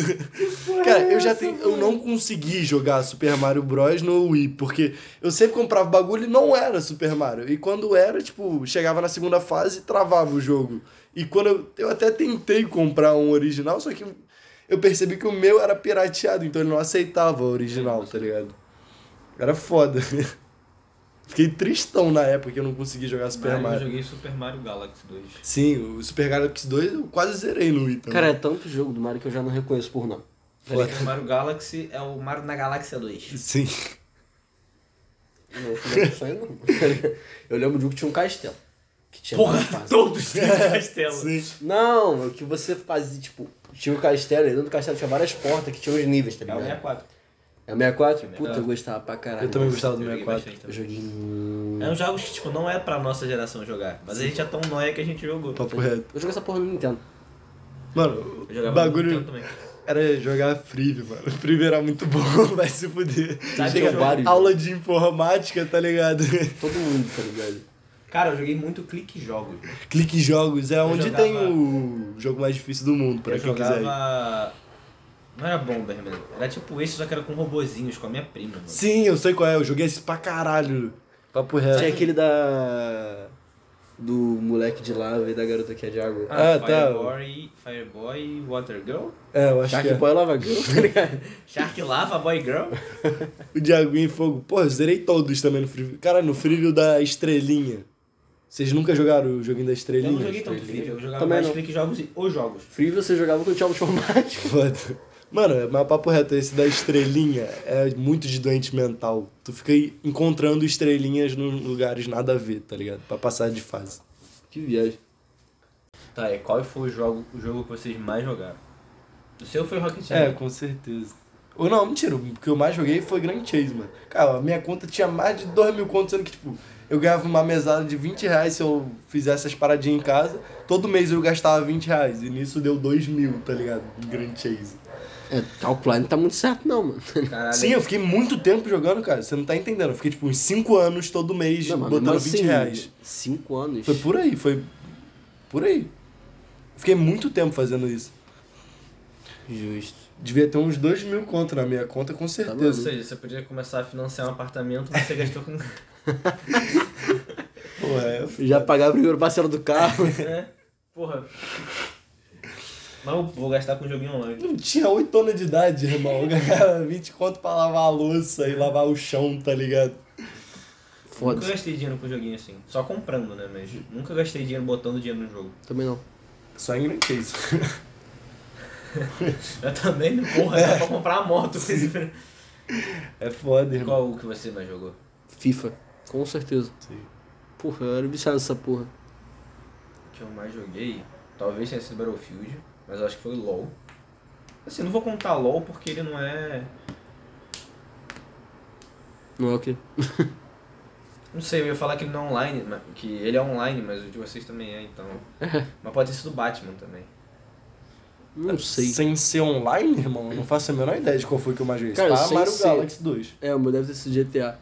[SPEAKER 1] Cara, eu já tenho. Eu não consegui jogar Super Mario Bros. no Wii, porque eu sempre comprava bagulho e não era Super Mario. E quando era, tipo, chegava na segunda fase e travava o jogo. E quando eu, eu até tentei comprar um original, só que eu percebi que o meu era pirateado, então ele não aceitava o original, tá ligado? Era foda. Fiquei tristão na época que eu não consegui jogar Super
[SPEAKER 4] Mas
[SPEAKER 1] Mario.
[SPEAKER 4] Eu joguei Super Mario Galaxy 2.
[SPEAKER 1] Sim, o Super Galaxy 2 eu quase zerei no Wii também.
[SPEAKER 3] Cara, é tanto jogo do Mario que eu já não reconheço por não.
[SPEAKER 4] Super Mario Galaxy é o Mario na Galáxia 2.
[SPEAKER 1] Sim.
[SPEAKER 3] Não, não é isso aí, não. Eu lembro de um que tinha um castelo. Que tinha
[SPEAKER 4] Porra,
[SPEAKER 3] várias fases.
[SPEAKER 4] todos têm castelo.
[SPEAKER 1] Sim.
[SPEAKER 3] Não, é o que você fazia, tipo, tinha um castelo, e dentro do castelo tinha várias portas que tinham os níveis, tá
[SPEAKER 4] É o
[SPEAKER 3] ligado?
[SPEAKER 4] 64.
[SPEAKER 3] É o 64?
[SPEAKER 4] É.
[SPEAKER 3] Puta, eu gostava pra caralho.
[SPEAKER 1] Eu também gostava do
[SPEAKER 4] Eu joguei
[SPEAKER 1] 64.
[SPEAKER 4] bastante
[SPEAKER 3] Eu
[SPEAKER 4] também.
[SPEAKER 3] joguei muito.
[SPEAKER 4] É um jogo que, tipo, não é pra nossa geração jogar. Mas a gente é tão nóia que a gente jogou.
[SPEAKER 1] Papo reto.
[SPEAKER 3] Eu joguei essa porra no Nintendo.
[SPEAKER 1] Mano,
[SPEAKER 4] Eu jogava
[SPEAKER 1] bagulho.
[SPEAKER 4] muito também.
[SPEAKER 1] Era jogar Free, mano. Free era muito bom, vai se fuder.
[SPEAKER 3] Sabe
[SPEAKER 1] Chega,
[SPEAKER 3] que eu vários-
[SPEAKER 1] aula de informática, tá ligado?
[SPEAKER 3] Todo mundo, tá ligado?
[SPEAKER 4] Cara, eu joguei muito clique jogos.
[SPEAKER 1] Clique em jogos é onde
[SPEAKER 4] jogava-
[SPEAKER 1] tem o jogo mais difícil do mundo, pra
[SPEAKER 4] eu
[SPEAKER 1] quem
[SPEAKER 4] jogava.
[SPEAKER 1] quiser. ir.
[SPEAKER 4] Não era Bomberman. Era tipo esse, só que era com robozinhos, com a minha prima, mano.
[SPEAKER 1] Sim, eu sei qual é, eu joguei esse pra caralho. Papo
[SPEAKER 3] Tinha
[SPEAKER 1] reto.
[SPEAKER 3] aquele da. Do moleque de lava e da garota que é de água.
[SPEAKER 1] Ah, tá.
[SPEAKER 4] Fireboy, Fireboy, Water Girl?
[SPEAKER 1] É, eu acho que
[SPEAKER 3] Shark
[SPEAKER 1] é.
[SPEAKER 3] Boy Lava Girl, tá ligado?
[SPEAKER 4] Shark Lava, Boy Girl?
[SPEAKER 1] O Diaguinho e Fogo. Porra, eu zerei todos também no Free. Cara, no Free da Estrelinha. Vocês nunca jogaram o joguinho da
[SPEAKER 4] Eu não
[SPEAKER 1] Estrelinha?
[SPEAKER 4] joguei tanto vídeo, eu jogava
[SPEAKER 3] Também
[SPEAKER 4] mais
[SPEAKER 3] não.
[SPEAKER 4] clique jogos e os jogos.
[SPEAKER 3] Free você jogava com o Thiago Formato.
[SPEAKER 1] Foda. Mano, mas papo reto, esse da estrelinha é muito de doente mental. Tu fica aí encontrando estrelinhas nos lugares nada a ver, tá ligado? Pra passar de fase.
[SPEAKER 3] Que viagem.
[SPEAKER 4] Tá, e qual foi o jogo, o jogo que vocês mais jogaram? O seu foi Rocket League.
[SPEAKER 1] É, com certeza. Ou não, mentira, o que eu mais joguei foi Grand Chase, mano. Cara, a minha conta tinha mais de 2 mil contas, sendo que, tipo, eu ganhava uma mesada de 20 reais se eu fizesse as paradinhas em casa. Todo mês eu gastava 20 reais, e nisso deu 2 mil, tá ligado? Em Grand Chase.
[SPEAKER 3] É, calcular não tá muito certo não, mano.
[SPEAKER 4] Caralho.
[SPEAKER 1] Sim, eu fiquei muito tempo jogando, cara, você não tá entendendo. Eu fiquei, tipo, uns 5 anos todo mês
[SPEAKER 3] Não, mas mesmo
[SPEAKER 1] botando 20
[SPEAKER 3] assim,
[SPEAKER 1] reais.
[SPEAKER 3] Cinco anos.
[SPEAKER 1] Foi por aí, foi por aí. Fiquei muito tempo fazendo isso.
[SPEAKER 3] Justo.
[SPEAKER 1] Devia ter uns 2 mil conto na minha conta,
[SPEAKER 3] Tá
[SPEAKER 1] com
[SPEAKER 4] Ou
[SPEAKER 1] certeza.
[SPEAKER 4] seja, você podia começar a financiar um apartamento, mas você gastou com.
[SPEAKER 1] Porra, é.
[SPEAKER 3] Já pagar o primeiro parcela do carro.
[SPEAKER 4] né? Porra. Mas eu vou gastar com um joguinho online.
[SPEAKER 1] Não tinha 8 anos de idade, irmão. Eu ganhava 20 conto pra lavar a louça e lavar o chão, tá ligado?
[SPEAKER 4] Nunca
[SPEAKER 3] Foda-se.
[SPEAKER 4] gastei dinheiro com joguinho assim. Só comprando, né? Mas nunca gastei dinheiro botando dinheiro no jogo.
[SPEAKER 3] Também não.
[SPEAKER 1] Só em Grand Chase.
[SPEAKER 4] Eu também, né? porra, dá pra comprar uma moto. com esse dinheiro.
[SPEAKER 1] É foda, irmão.
[SPEAKER 4] Qual o que você mais jogou?
[SPEAKER 3] FIFA. Com certeza. Porra, eu era viciado nessa porra.
[SPEAKER 4] O que eu mais joguei, talvez tenha sido Battlefield, mas eu acho que foi LOL. Assim, não vou contar LOL porque ele não é.
[SPEAKER 3] Não é o quê?
[SPEAKER 4] Não sei, eu ia falar que ele não é online, mas- que ele é online, mas o de vocês também é, então. Mas pode ter sido Batman também.
[SPEAKER 3] Não sei.
[SPEAKER 1] Sem ser online, irmão, eu não faço a menor ideia de qual foi que eu mais joguei.
[SPEAKER 3] Cara,
[SPEAKER 1] Pá,
[SPEAKER 3] sem
[SPEAKER 1] Mario
[SPEAKER 3] ser-
[SPEAKER 1] Galaxy 2.
[SPEAKER 3] É, o meu deve ter sido GTA.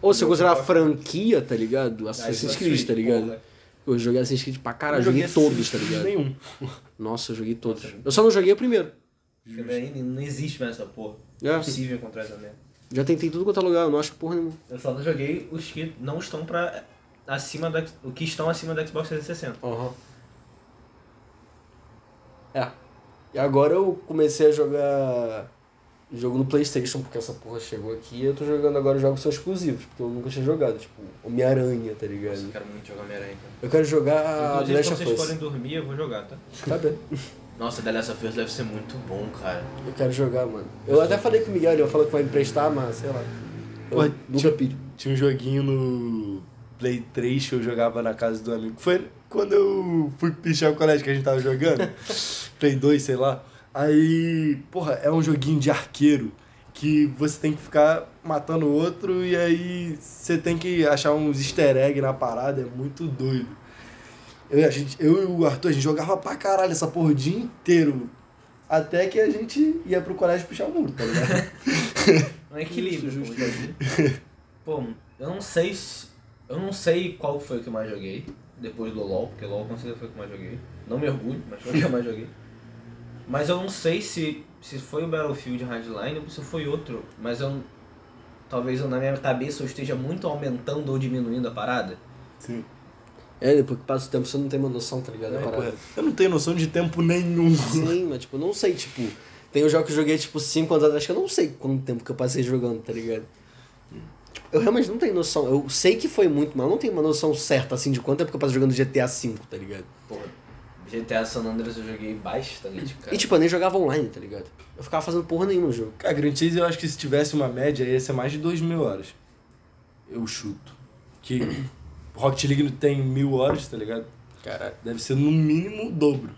[SPEAKER 3] Ou se eu
[SPEAKER 4] Meu,
[SPEAKER 3] considerar
[SPEAKER 4] eu-
[SPEAKER 3] franquia, tá ligado? Assassin's Creed, tá ligado?
[SPEAKER 4] Porra.
[SPEAKER 3] Eu joguei Assassin's Creed pra caralho, eu
[SPEAKER 1] Não
[SPEAKER 3] joguei todos, tá
[SPEAKER 1] Assassin's
[SPEAKER 3] ligado?
[SPEAKER 1] Creed Nenhum.
[SPEAKER 3] Nossa, eu joguei todos. Eu só não joguei o primeiro.
[SPEAKER 4] Porque daí não existe mais essa porra. É
[SPEAKER 3] É.
[SPEAKER 4] impossível encontrar essa merda.
[SPEAKER 3] Já tentei tudo quanto é lugar, eu não acho porra nenhuma.
[SPEAKER 4] Eu só não joguei os que não estão pra. acima da. o que estão acima da Xbox 360.
[SPEAKER 3] Aham. É. E agora eu comecei a jogar jogo no Playstation, porque essa porra chegou aqui e eu tô jogando agora jogos que são exclusivos, porque eu nunca tinha jogado, tipo, Homem-Aranha,
[SPEAKER 4] Nossa,
[SPEAKER 3] tá
[SPEAKER 4] eu
[SPEAKER 3] ligado?
[SPEAKER 4] quero muito jogar Homem-Aranha, cara.
[SPEAKER 3] Eu quero jogar Ah, The
[SPEAKER 4] Inclusive,
[SPEAKER 3] Last
[SPEAKER 4] quando
[SPEAKER 3] of
[SPEAKER 4] vocês
[SPEAKER 3] Us.
[SPEAKER 4] forem dormir, eu vou jogar, tá?
[SPEAKER 3] Tá bem.
[SPEAKER 4] Nossa, The Last of Us deve ser muito bom, cara.
[SPEAKER 3] Eu quero jogar, mano. Eu até falei com o Miguel, ele falou que vai me emprestar, mas sei lá. Eu
[SPEAKER 1] Ué,
[SPEAKER 3] nunca pedi.
[SPEAKER 1] Tinha um joguinho no Play 3 que eu jogava na casa do amigo. Foi quando eu fui pichar o colégio que a gente tava jogando. Play 2, sei lá. Aí, porra, é um joguinho de arqueiro que você tem que ficar matando o outro e aí você tem que achar uns easter egg na parada. É muito doido. Eu, a gente, eu e o Arthur, a gente jogava pra caralho essa porra o dia inteiro. Até que a gente ia pro colégio pichar o muro, tá ligado?
[SPEAKER 4] Um equilíbrio, justo. Pô, eu não sei se... Eu não sei qual foi o que eu mais joguei. Depois do LoL, porque LoL com certeza foi o que eu mais joguei. Não me orgulho, mas foi o que eu mais joguei. Mas eu não sei se, se foi o Battlefield Hardline ou se foi outro. Mas eu... Talvez eu, na minha cabeça eu esteja muito aumentando ou diminuindo a parada.
[SPEAKER 1] Sim.
[SPEAKER 3] É, depois que passa o tempo você não tem uma noção, tá ligado? da parada.
[SPEAKER 1] Porra, eu não tenho noção de tempo nenhum.
[SPEAKER 3] Sim, mas tipo, eu não sei, tipo. Tem um jogo que eu joguei, tipo, 5 anos atrás que eu não sei quanto tempo que eu passei jogando, tá ligado? Tipo, eu realmente não tenho noção. Eu sei que foi muito, mas eu não tenho uma noção certa, assim, de quanto tempo que eu passei jogando GTA V, tá ligado?
[SPEAKER 4] Porra, GTA San Andreas eu joguei bastante, cara.
[SPEAKER 3] E tipo, eu nem jogava online, tá ligado? Eu ficava fazendo porra nenhuma no jogo.
[SPEAKER 1] Cara, Grand Chase eu acho que se tivesse uma média ia ser mais de 2 mil horas. Eu chuto. Que Rocket League não tem mil horas, tá ligado?
[SPEAKER 3] Caralho.
[SPEAKER 1] Deve ser no mínimo o dobro.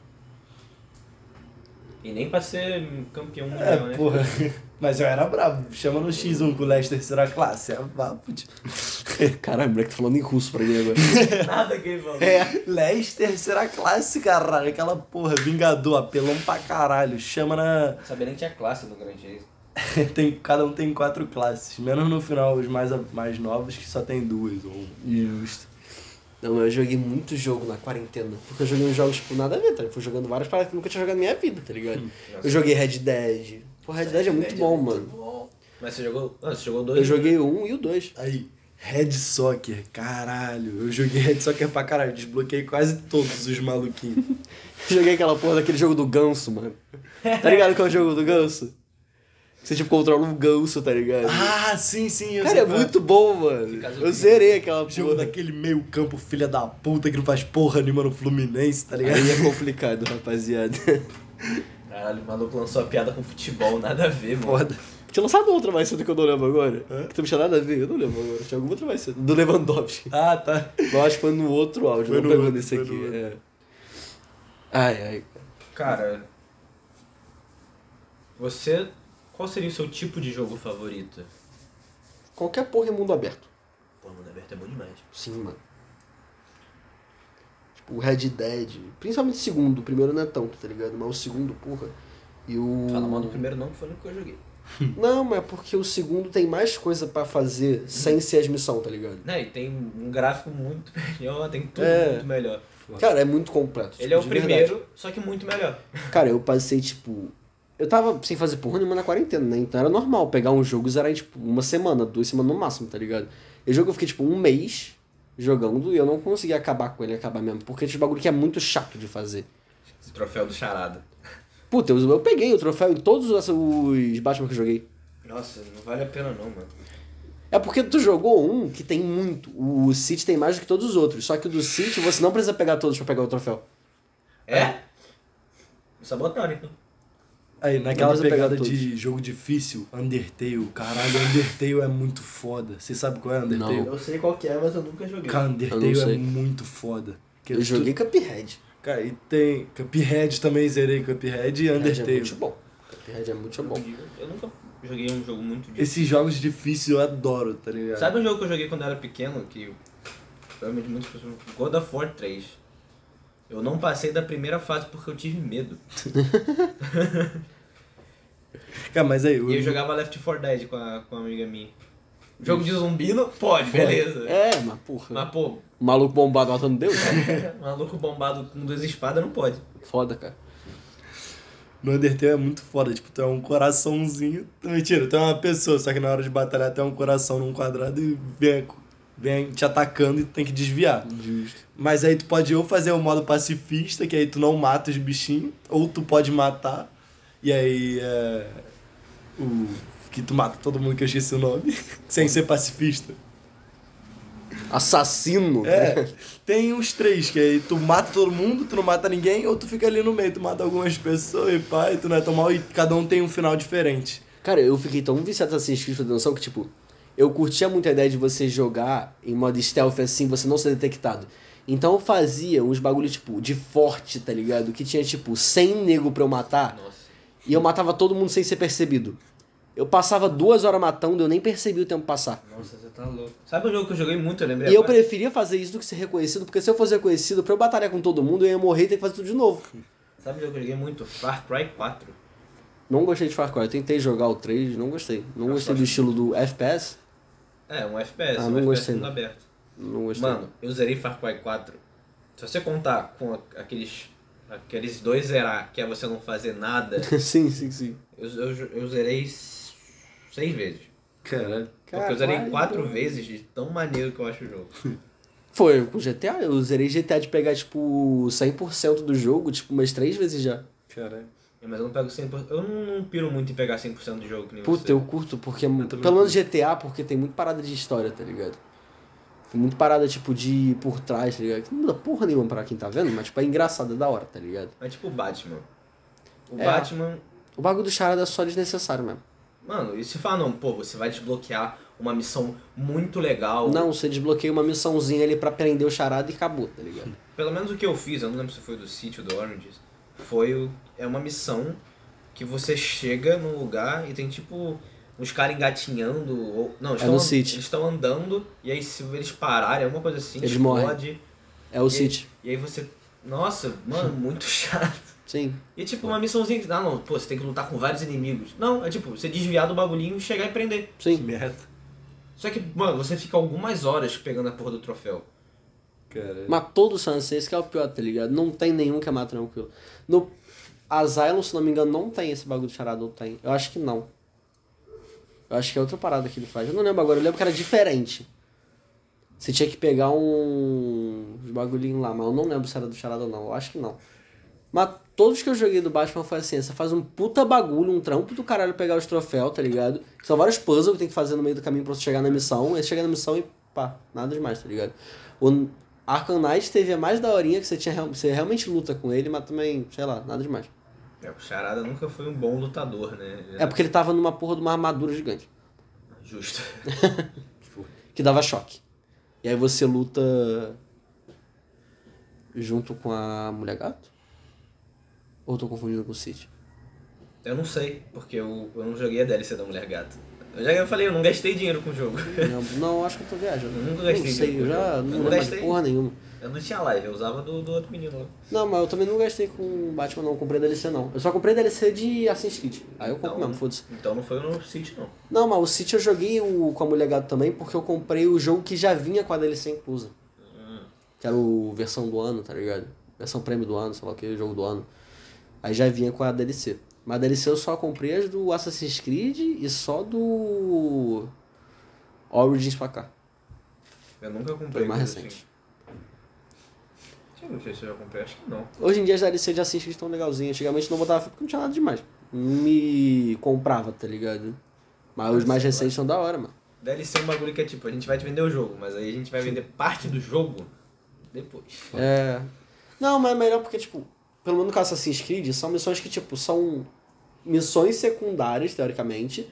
[SPEAKER 4] E nem pra ser campeão
[SPEAKER 1] É,
[SPEAKER 4] mundial, né?
[SPEAKER 1] porra. Mas eu era brabo. Chama no X1 com o Leste terceira classe. É papo de...
[SPEAKER 3] Caralho, moleque, tá falando em russo pra mim agora.
[SPEAKER 4] Nada que ele falou.
[SPEAKER 3] É.
[SPEAKER 1] Leste terceira classe, caralho. Aquela porra, vingador, apelão pra caralho. Chama na...
[SPEAKER 4] Sabia nem que tinha classe no Grand Chase.
[SPEAKER 1] Tem, cada um tem quatro classes. Menos no final, os mais, mais novos que só tem duas ou um. uma.
[SPEAKER 3] Justo. Não, eu joguei muito jogo na quarentena. Porque eu joguei uns jogos, tipo, nada a ver, tá? ligado? Fui jogando várias paradas que eu nunca tinha jogado na minha vida, tá ligado? Eu joguei Red Dead. Pô, Red Dead é muito bom, mano.
[SPEAKER 4] Mas você jogou. Ah, você jogou dois?
[SPEAKER 3] Eu joguei o 1 e o 2.
[SPEAKER 1] Aí, Red Soccer, caralho. Eu joguei Red Soccer pra caralho. Desbloqueei quase todos os maluquinhos.
[SPEAKER 3] Joguei aquela porra daquele jogo do ganso, mano. Tá ligado qual é o jogo do ganso? Você, tipo, controla um ganso, tá ligado?
[SPEAKER 1] ah, sim, sim. Eu
[SPEAKER 3] Cara,
[SPEAKER 1] sei
[SPEAKER 3] é
[SPEAKER 1] qual
[SPEAKER 3] muito bom, mano.
[SPEAKER 4] Fica azul.
[SPEAKER 3] Eu zerei aquela
[SPEAKER 1] Jogo
[SPEAKER 3] porra.
[SPEAKER 1] daquele meio campo, filha da puta, que não faz porra nenhuma no Fluminense, tá ligado?
[SPEAKER 3] Aí é complicado, rapaziada.
[SPEAKER 4] Caralho, o maluco lançou a piada com futebol, nada a ver, mano.
[SPEAKER 1] Foda.
[SPEAKER 3] Tinha lançado outra mais cedo que eu não lembro agora. Que não tinha nada a ver, eu não lembro agora. Tinha alguma outra mais cedo. Do Lewandowski.
[SPEAKER 1] Ah, tá.
[SPEAKER 3] Eu acho que foi no outro áudio,
[SPEAKER 1] Foi
[SPEAKER 3] não
[SPEAKER 1] no
[SPEAKER 3] pegou
[SPEAKER 1] outro,
[SPEAKER 3] nesse
[SPEAKER 1] foi
[SPEAKER 3] aqui.
[SPEAKER 1] no outro.
[SPEAKER 3] é. Ai, ai.
[SPEAKER 4] Cara, você. Qual seria o seu tipo de jogo favorito?
[SPEAKER 3] Qualquer porra em mundo aberto.
[SPEAKER 4] Pô, mundo aberto é bom demais.
[SPEAKER 3] Sim, mano. Tipo, o Red Dead. Principalmente o segundo. O primeiro não é tanto, tá ligado? Mas o segundo, porra. E o.
[SPEAKER 4] Fala mal do primeiro não, que foi o único que eu joguei.
[SPEAKER 3] Não, mas é porque o segundo tem mais coisa pra fazer sem ser as missões, tá ligado?
[SPEAKER 4] Né, e tem um gráfico muito melhor, tem tudo
[SPEAKER 3] É.
[SPEAKER 4] muito melhor.
[SPEAKER 3] Cara, é muito completo. tipo,
[SPEAKER 4] Ele é o
[SPEAKER 3] de verdade.
[SPEAKER 4] primeiro, só que muito melhor.
[SPEAKER 3] Cara, eu passei, tipo. Eu tava sem fazer porra nenhuma na quarentena, né? Então era normal pegar um jogo e zerar em, tipo, uma semana, duas semanas no máximo, tá ligado? E o jogo eu fiquei, tipo, um mês jogando e eu não conseguia acabar com ele, acabar mesmo. Porque tinha um bagulho que é muito chato de fazer.
[SPEAKER 4] Esse troféu do charada.
[SPEAKER 3] Puta, eu, eu peguei o troféu em todos os, os Batman que eu joguei.
[SPEAKER 4] Nossa, não vale a pena não, mano.
[SPEAKER 3] É porque tu jogou um que tem muito. O City tem mais do que todos os outros. Só que o do City você não precisa pegar todos pra pegar o troféu.
[SPEAKER 4] É? Me sabotaram, então.
[SPEAKER 1] Aí, naquela
[SPEAKER 3] Não precisa pegar
[SPEAKER 1] pegada
[SPEAKER 3] todos.
[SPEAKER 1] de jogo difícil, Undertale, caralho, Undertale é muito foda. Você sabe qual é Undertale?
[SPEAKER 3] Não.
[SPEAKER 4] Eu sei qual que é, mas eu nunca joguei.
[SPEAKER 1] Cara,
[SPEAKER 3] Eu
[SPEAKER 1] Undertale
[SPEAKER 3] não sei.
[SPEAKER 1] é muito foda. Que
[SPEAKER 3] Eu
[SPEAKER 1] tu-
[SPEAKER 3] joguei Cuphead.
[SPEAKER 1] Cara, e tem Cuphead também, zerei Cuphead e
[SPEAKER 3] Cuphead é
[SPEAKER 1] Undertale.
[SPEAKER 3] muito bom. Cuphead é muito bom.
[SPEAKER 4] Eu nunca joguei um jogo muito difícil.
[SPEAKER 1] Esses jogos difíceis eu adoro, tá ligado?
[SPEAKER 4] Sabe um jogo que eu joguei quando eu era pequeno, que provavelmente muitas pessoas. God of War 3. Eu não passei da primeira fase porque eu tive medo.
[SPEAKER 1] Cara, mas aí, eu,
[SPEAKER 3] Uhum.
[SPEAKER 4] E eu jogava Left 4 Dead com, a, com uma amiga minha. Jogo de zumbi não pode, beleza.
[SPEAKER 3] É, mas porra.
[SPEAKER 4] Mas pô,
[SPEAKER 3] O maluco bombado matando Deus? né?
[SPEAKER 4] maluco bombado com duas espadas não pode.
[SPEAKER 3] Foda, cara.
[SPEAKER 1] no Undertale é muito foda, tipo, tu é um coraçãozinho. Mentira, tu é uma pessoa, só que na hora de batalhar tu é um coração num quadrado e vem, vem te atacando e tu tem que desviar.
[SPEAKER 3] Justo.
[SPEAKER 1] Mas aí tu pode ou fazer o modo pacifista, que aí tu não mata os bichinhos, ou tu pode matar, e aí é. O. Que tu mata todo mundo que eu esqueci o nome, sem ser pacifista.
[SPEAKER 3] Assassino?
[SPEAKER 1] É, tem uns três, que aí tu mata todo mundo, tu não mata ninguém, ou tu fica ali no meio, tu mata algumas pessoas e pá, e tu não é tão mal, e cada um tem um final diferente.
[SPEAKER 3] Cara, eu fiquei tão viciado em Assassin's Creed Redenção que, tipo, eu curtia muito a ideia de você jogar em modo stealth assim, você não ser detectado. Então eu fazia uns bagulho, tipo, de forte, tá ligado? Que tinha, tipo, 100 nego pra eu matar.
[SPEAKER 4] Nossa.
[SPEAKER 3] E eu matava todo mundo sem ser percebido. Eu passava duas horas matando, eu nem percebi o tempo passar.
[SPEAKER 4] Nossa, você tá louco. Sabe um jogo que eu joguei muito, eu lembrei
[SPEAKER 3] E eu
[SPEAKER 4] agora?
[SPEAKER 3] preferia fazer isso do que ser reconhecido, porque se eu fosse reconhecido, pra eu batalhar com todo mundo, eu ia morrer e ter que fazer tudo de novo.
[SPEAKER 4] Sabe um jogo que eu joguei muito? Far Cry 4.
[SPEAKER 3] Não gostei de Far Cry. Eu tentei jogar o 3, não gostei. Não gostei do estilo do FPS.
[SPEAKER 4] É, um FPS,
[SPEAKER 3] Ah,
[SPEAKER 4] um
[SPEAKER 3] não
[SPEAKER 4] FPS
[SPEAKER 3] gostei,
[SPEAKER 4] mundo
[SPEAKER 3] não.
[SPEAKER 4] aberto.
[SPEAKER 3] Não gostei.
[SPEAKER 4] Mano, eu zerei Far Cry 4. Se você contar com a- aqueles aqueles dois zerar, que é você não fazer nada,
[SPEAKER 3] sim, sim, sim.
[SPEAKER 4] eu, eu, eu zerei s- seis vezes.
[SPEAKER 1] Caralho.
[SPEAKER 4] Porque eu zerei
[SPEAKER 3] Caralho.
[SPEAKER 4] quatro vezes de tão maneiro que eu acho o jogo.
[SPEAKER 3] Foi com GTA. Eu zerei GTA de pegar, tipo, 100% do jogo, tipo, umas 3 vezes já.
[SPEAKER 1] Caralho.
[SPEAKER 4] É, Mas eu não pego 100%. Eu não não piro muito em pegar 100% do jogo que nem
[SPEAKER 3] Puta,
[SPEAKER 4] você.
[SPEAKER 3] eu curto, porque. é
[SPEAKER 1] também
[SPEAKER 3] Pelo menos GTA, porque tem muito parada de história, tá ligado? Tem muito parada, tipo, de por trás, tá ligado? Que não muda porra nenhuma pra quem tá vendo, mas, tipo, é engraçado, é da hora, tá ligado?
[SPEAKER 4] É tipo o Batman. O
[SPEAKER 3] É.
[SPEAKER 4] Batman.
[SPEAKER 3] O bagulho do charada é só desnecessário mesmo.
[SPEAKER 4] Mano, e se fala, não, pô, você vai desbloquear uma missão muito legal.
[SPEAKER 3] Não, você desbloqueia uma missãozinha ali pra prender o charada e acabou, tá ligado?
[SPEAKER 4] Pelo menos o que eu fiz, eu não lembro se foi do sítio do Oranges, foi o, é uma missão que você chega num lugar e tem tipo uns caras engatinhando ou não, estão
[SPEAKER 3] É no
[SPEAKER 4] an-
[SPEAKER 3] sítio.
[SPEAKER 4] eles estão andando e aí se eles pararem, alguma coisa assim,
[SPEAKER 3] Eles
[SPEAKER 4] explode.
[SPEAKER 3] É o City.
[SPEAKER 4] E aí você, nossa, mano, muito chato.
[SPEAKER 3] Sim.
[SPEAKER 4] E é tipo uma missãozinha que, ah, não, pô, você tem que lutar com vários inimigos. Não, é tipo, você desviar do bagulhinho e chegar e prender.
[SPEAKER 1] Que
[SPEAKER 3] Sim.
[SPEAKER 1] merda.
[SPEAKER 4] Só que, mano, você fica algumas horas pegando a porra do troféu.
[SPEAKER 1] Caralho.
[SPEAKER 3] Matou do Sunset, esse que é o pior, tá ligado? Não tem nenhum que é mais tranquilo. No Asylum, se não me engano, não tem esse bagulho de charada, ou tem? Eu acho que não. Eu acho que é outra parada que ele faz. Eu não lembro agora, eu lembro que era diferente. Você tinha que pegar um uns bagulhinho lá, mas eu não lembro se era do charada ou não. Eu acho que não. Mas todos que eu joguei do Batman foi assim, você faz um puta bagulho, um trampo do caralho pegar os troféus, tá ligado? São vários puzzles que tem que fazer no meio do caminho pra você chegar na missão, aí você chega na missão e pá, nada demais, tá ligado? O Arkham Knight teve a mais daorinha que você tinha real- você realmente luta com ele, mas também, sei lá, nada demais.
[SPEAKER 4] É, o Charada nunca foi um bom lutador, né? Ele
[SPEAKER 3] É porque ele tava numa porra de uma armadura gigante, É.
[SPEAKER 4] Justo.
[SPEAKER 3] que dava choque. E aí você luta junto com a mulher gato? Ou eu tô confundindo com o City?
[SPEAKER 4] Eu não sei, porque eu, eu não joguei a DLC da Mulher Gato. Eu já falei, eu não gastei dinheiro com o jogo.
[SPEAKER 3] Não, não, acho que eu tô viajando.
[SPEAKER 4] Eu nunca
[SPEAKER 3] não
[SPEAKER 4] gastei
[SPEAKER 3] sei, eu
[SPEAKER 4] dinheiro com jogo.
[SPEAKER 3] já não
[SPEAKER 4] Eu
[SPEAKER 3] lembro
[SPEAKER 4] não
[SPEAKER 3] mais de
[SPEAKER 4] gastei.
[SPEAKER 3] porra nenhuma.
[SPEAKER 4] Eu não tinha live, eu usava do, do outro menino lá.
[SPEAKER 3] Não, mas eu também não gastei com Batman, não. Eu Comprei DLC, não. Eu só comprei DLC de Assassin's Creed. Aí eu compro
[SPEAKER 4] Então-
[SPEAKER 3] mesmo, foda-se.
[SPEAKER 4] Então não foi no City, não.
[SPEAKER 3] Não, mas o City eu joguei o, com a Mulher Gato também, porque eu comprei o jogo que já vinha com a DLC inclusa.
[SPEAKER 4] Hum.
[SPEAKER 3] Que era o versão do ano, tá ligado? Versão prêmio do ano, sei lá o que, jogo do ano. Aí já vinha com a DLC. Mas a DLC eu só comprei as do Assassin's Creed e só do Origins pra cá.
[SPEAKER 4] Eu nunca comprei.
[SPEAKER 3] Foi mais
[SPEAKER 4] coisa
[SPEAKER 3] recente.
[SPEAKER 4] assim. Deixa eu ver se eu já comprei, acho que não.
[SPEAKER 3] Hoje em dia as DLC de Assassin's Creed estão legalzinhas. Antigamente não botava fé porque não tinha nada demais. Não Me comprava, tá ligado? Mas os mais recentes são da hora, mano.
[SPEAKER 4] DLC é um bagulho que é tipo, a gente vai te vender o jogo, mas aí a gente vai vender parte do jogo depois.
[SPEAKER 3] É. Não, mas é melhor porque, tipo, pelo menos com Assassin's Creed, são missões que, tipo, são missões secundárias, teoricamente.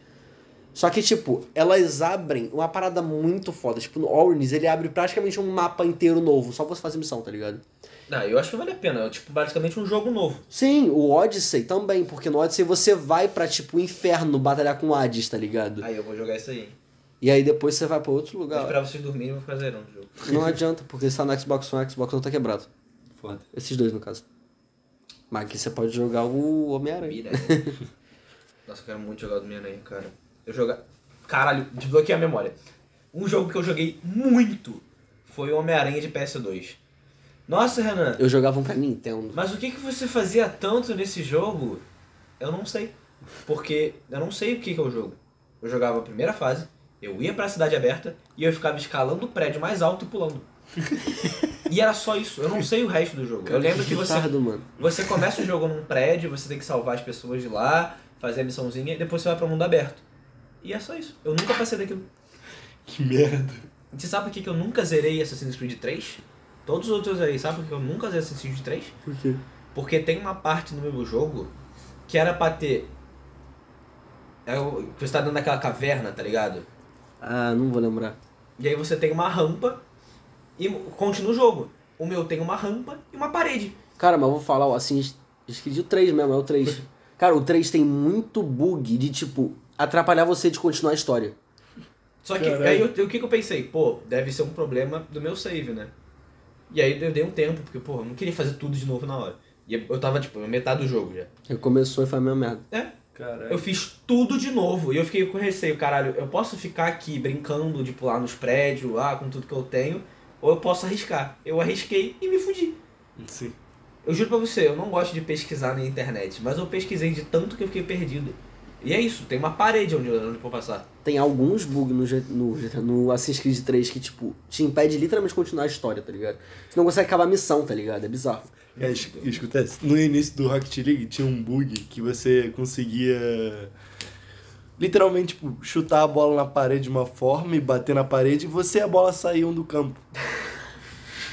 [SPEAKER 3] Só que, tipo, elas abrem uma parada muito foda. Tipo, no Ornis ele abre praticamente um mapa inteiro novo, só pra você fazer missão, tá ligado?
[SPEAKER 4] Não, eu acho que vale a pena. É tipo, basicamente um jogo novo.
[SPEAKER 3] Sim, o Odyssey também, porque no Odyssey você vai pra, tipo, o inferno batalhar com o Hades, tá ligado?
[SPEAKER 4] Aí eu vou jogar isso aí.
[SPEAKER 3] E aí depois você vai pra outro
[SPEAKER 4] Vou
[SPEAKER 3] lugar.
[SPEAKER 4] esperar vocês dormirem e vou ficar zerando o jogo.
[SPEAKER 3] Não adianta, porque se tá no Xbox One, o Xbox One tá quebrado.
[SPEAKER 1] Foda.
[SPEAKER 3] Esses dois, no caso. Mas aqui você pode jogar o Homem-Aranha.
[SPEAKER 4] Mira. Nossa, eu quero muito jogar o do Homem-Aranha, cara. Eu jogar. Caralho, desbloqueei a memória. Um jogo que eu joguei muito foi o Homem-Aranha de PS2. Nossa, Renan,
[SPEAKER 3] Eu jogava um pra Nintendo.
[SPEAKER 4] mas o que, que você fazia tanto nesse jogo? Eu não sei. Porque eu não sei o que, que é o jogo. Eu jogava a primeira fase, eu ia pra cidade aberta e eu ficava escalando o prédio mais alto e pulando. e era só isso, eu não sei o resto do jogo. Eu lembro que você
[SPEAKER 3] Retardo, mano.
[SPEAKER 4] você começa o jogo num prédio, você tem que salvar as pessoas de lá, fazer a missãozinha e depois você vai pro mundo aberto. E é só isso. Eu nunca passei daquilo.
[SPEAKER 1] Que merda.
[SPEAKER 4] E Você sabe por que que eu nunca zerei Assassin's Creed 3? Todos os outros aí, sabe por que eu nunca zerei Assassin's Creed 3?
[SPEAKER 3] Por quê?
[SPEAKER 4] Porque tem uma parte no meu jogo que era pra ter. É o- que Você tá dentro daquela caverna, tá ligado?
[SPEAKER 3] Ah, não vou lembrar.
[SPEAKER 4] E aí você tem uma rampa e continua o jogo. O meu tem uma rampa e uma parede.
[SPEAKER 3] Cara, mas eu vou falar, ó, assim, escrevi o 3 mesmo, é o 3. Cara, o 3 tem muito bug de, tipo, atrapalhar você de continuar a história.
[SPEAKER 4] Só que
[SPEAKER 1] Caralho.
[SPEAKER 4] aí eu- o que, que eu pensei? Pô, deve ser um problema do meu save, né? E aí eu dei um tempo, porque, pô, eu não queria fazer tudo de novo na hora. E eu tava, tipo, na metade do jogo já.
[SPEAKER 3] Recomeçou e foi a mesma merda.
[SPEAKER 4] É,
[SPEAKER 1] Caralho.
[SPEAKER 4] eu fiz tudo de novo. E eu fiquei com receio, caralho, eu posso ficar aqui brincando de pular nos prédios, lá, com tudo que eu tenho, ou eu posso arriscar. Eu arrisquei e me fudi.
[SPEAKER 1] Sim.
[SPEAKER 4] Eu juro pra você, eu não gosto de pesquisar na internet, mas eu pesquisei de tanto que eu fiquei perdido. E é isso, tem uma parede onde eu não vou passar.
[SPEAKER 3] Tem alguns bugs no, G- no, G- no Assassin's Creed 3 que, tipo, te impede literalmente de continuar a história, tá ligado? Você não consegue acabar a missão, tá ligado? É bizarro.
[SPEAKER 1] É, es- escuta essa. No início do Rocket League tinha um bug que você conseguia literalmente tipo, chutar a bola na parede de uma forma e bater na parede e você e a bola saíam do campo.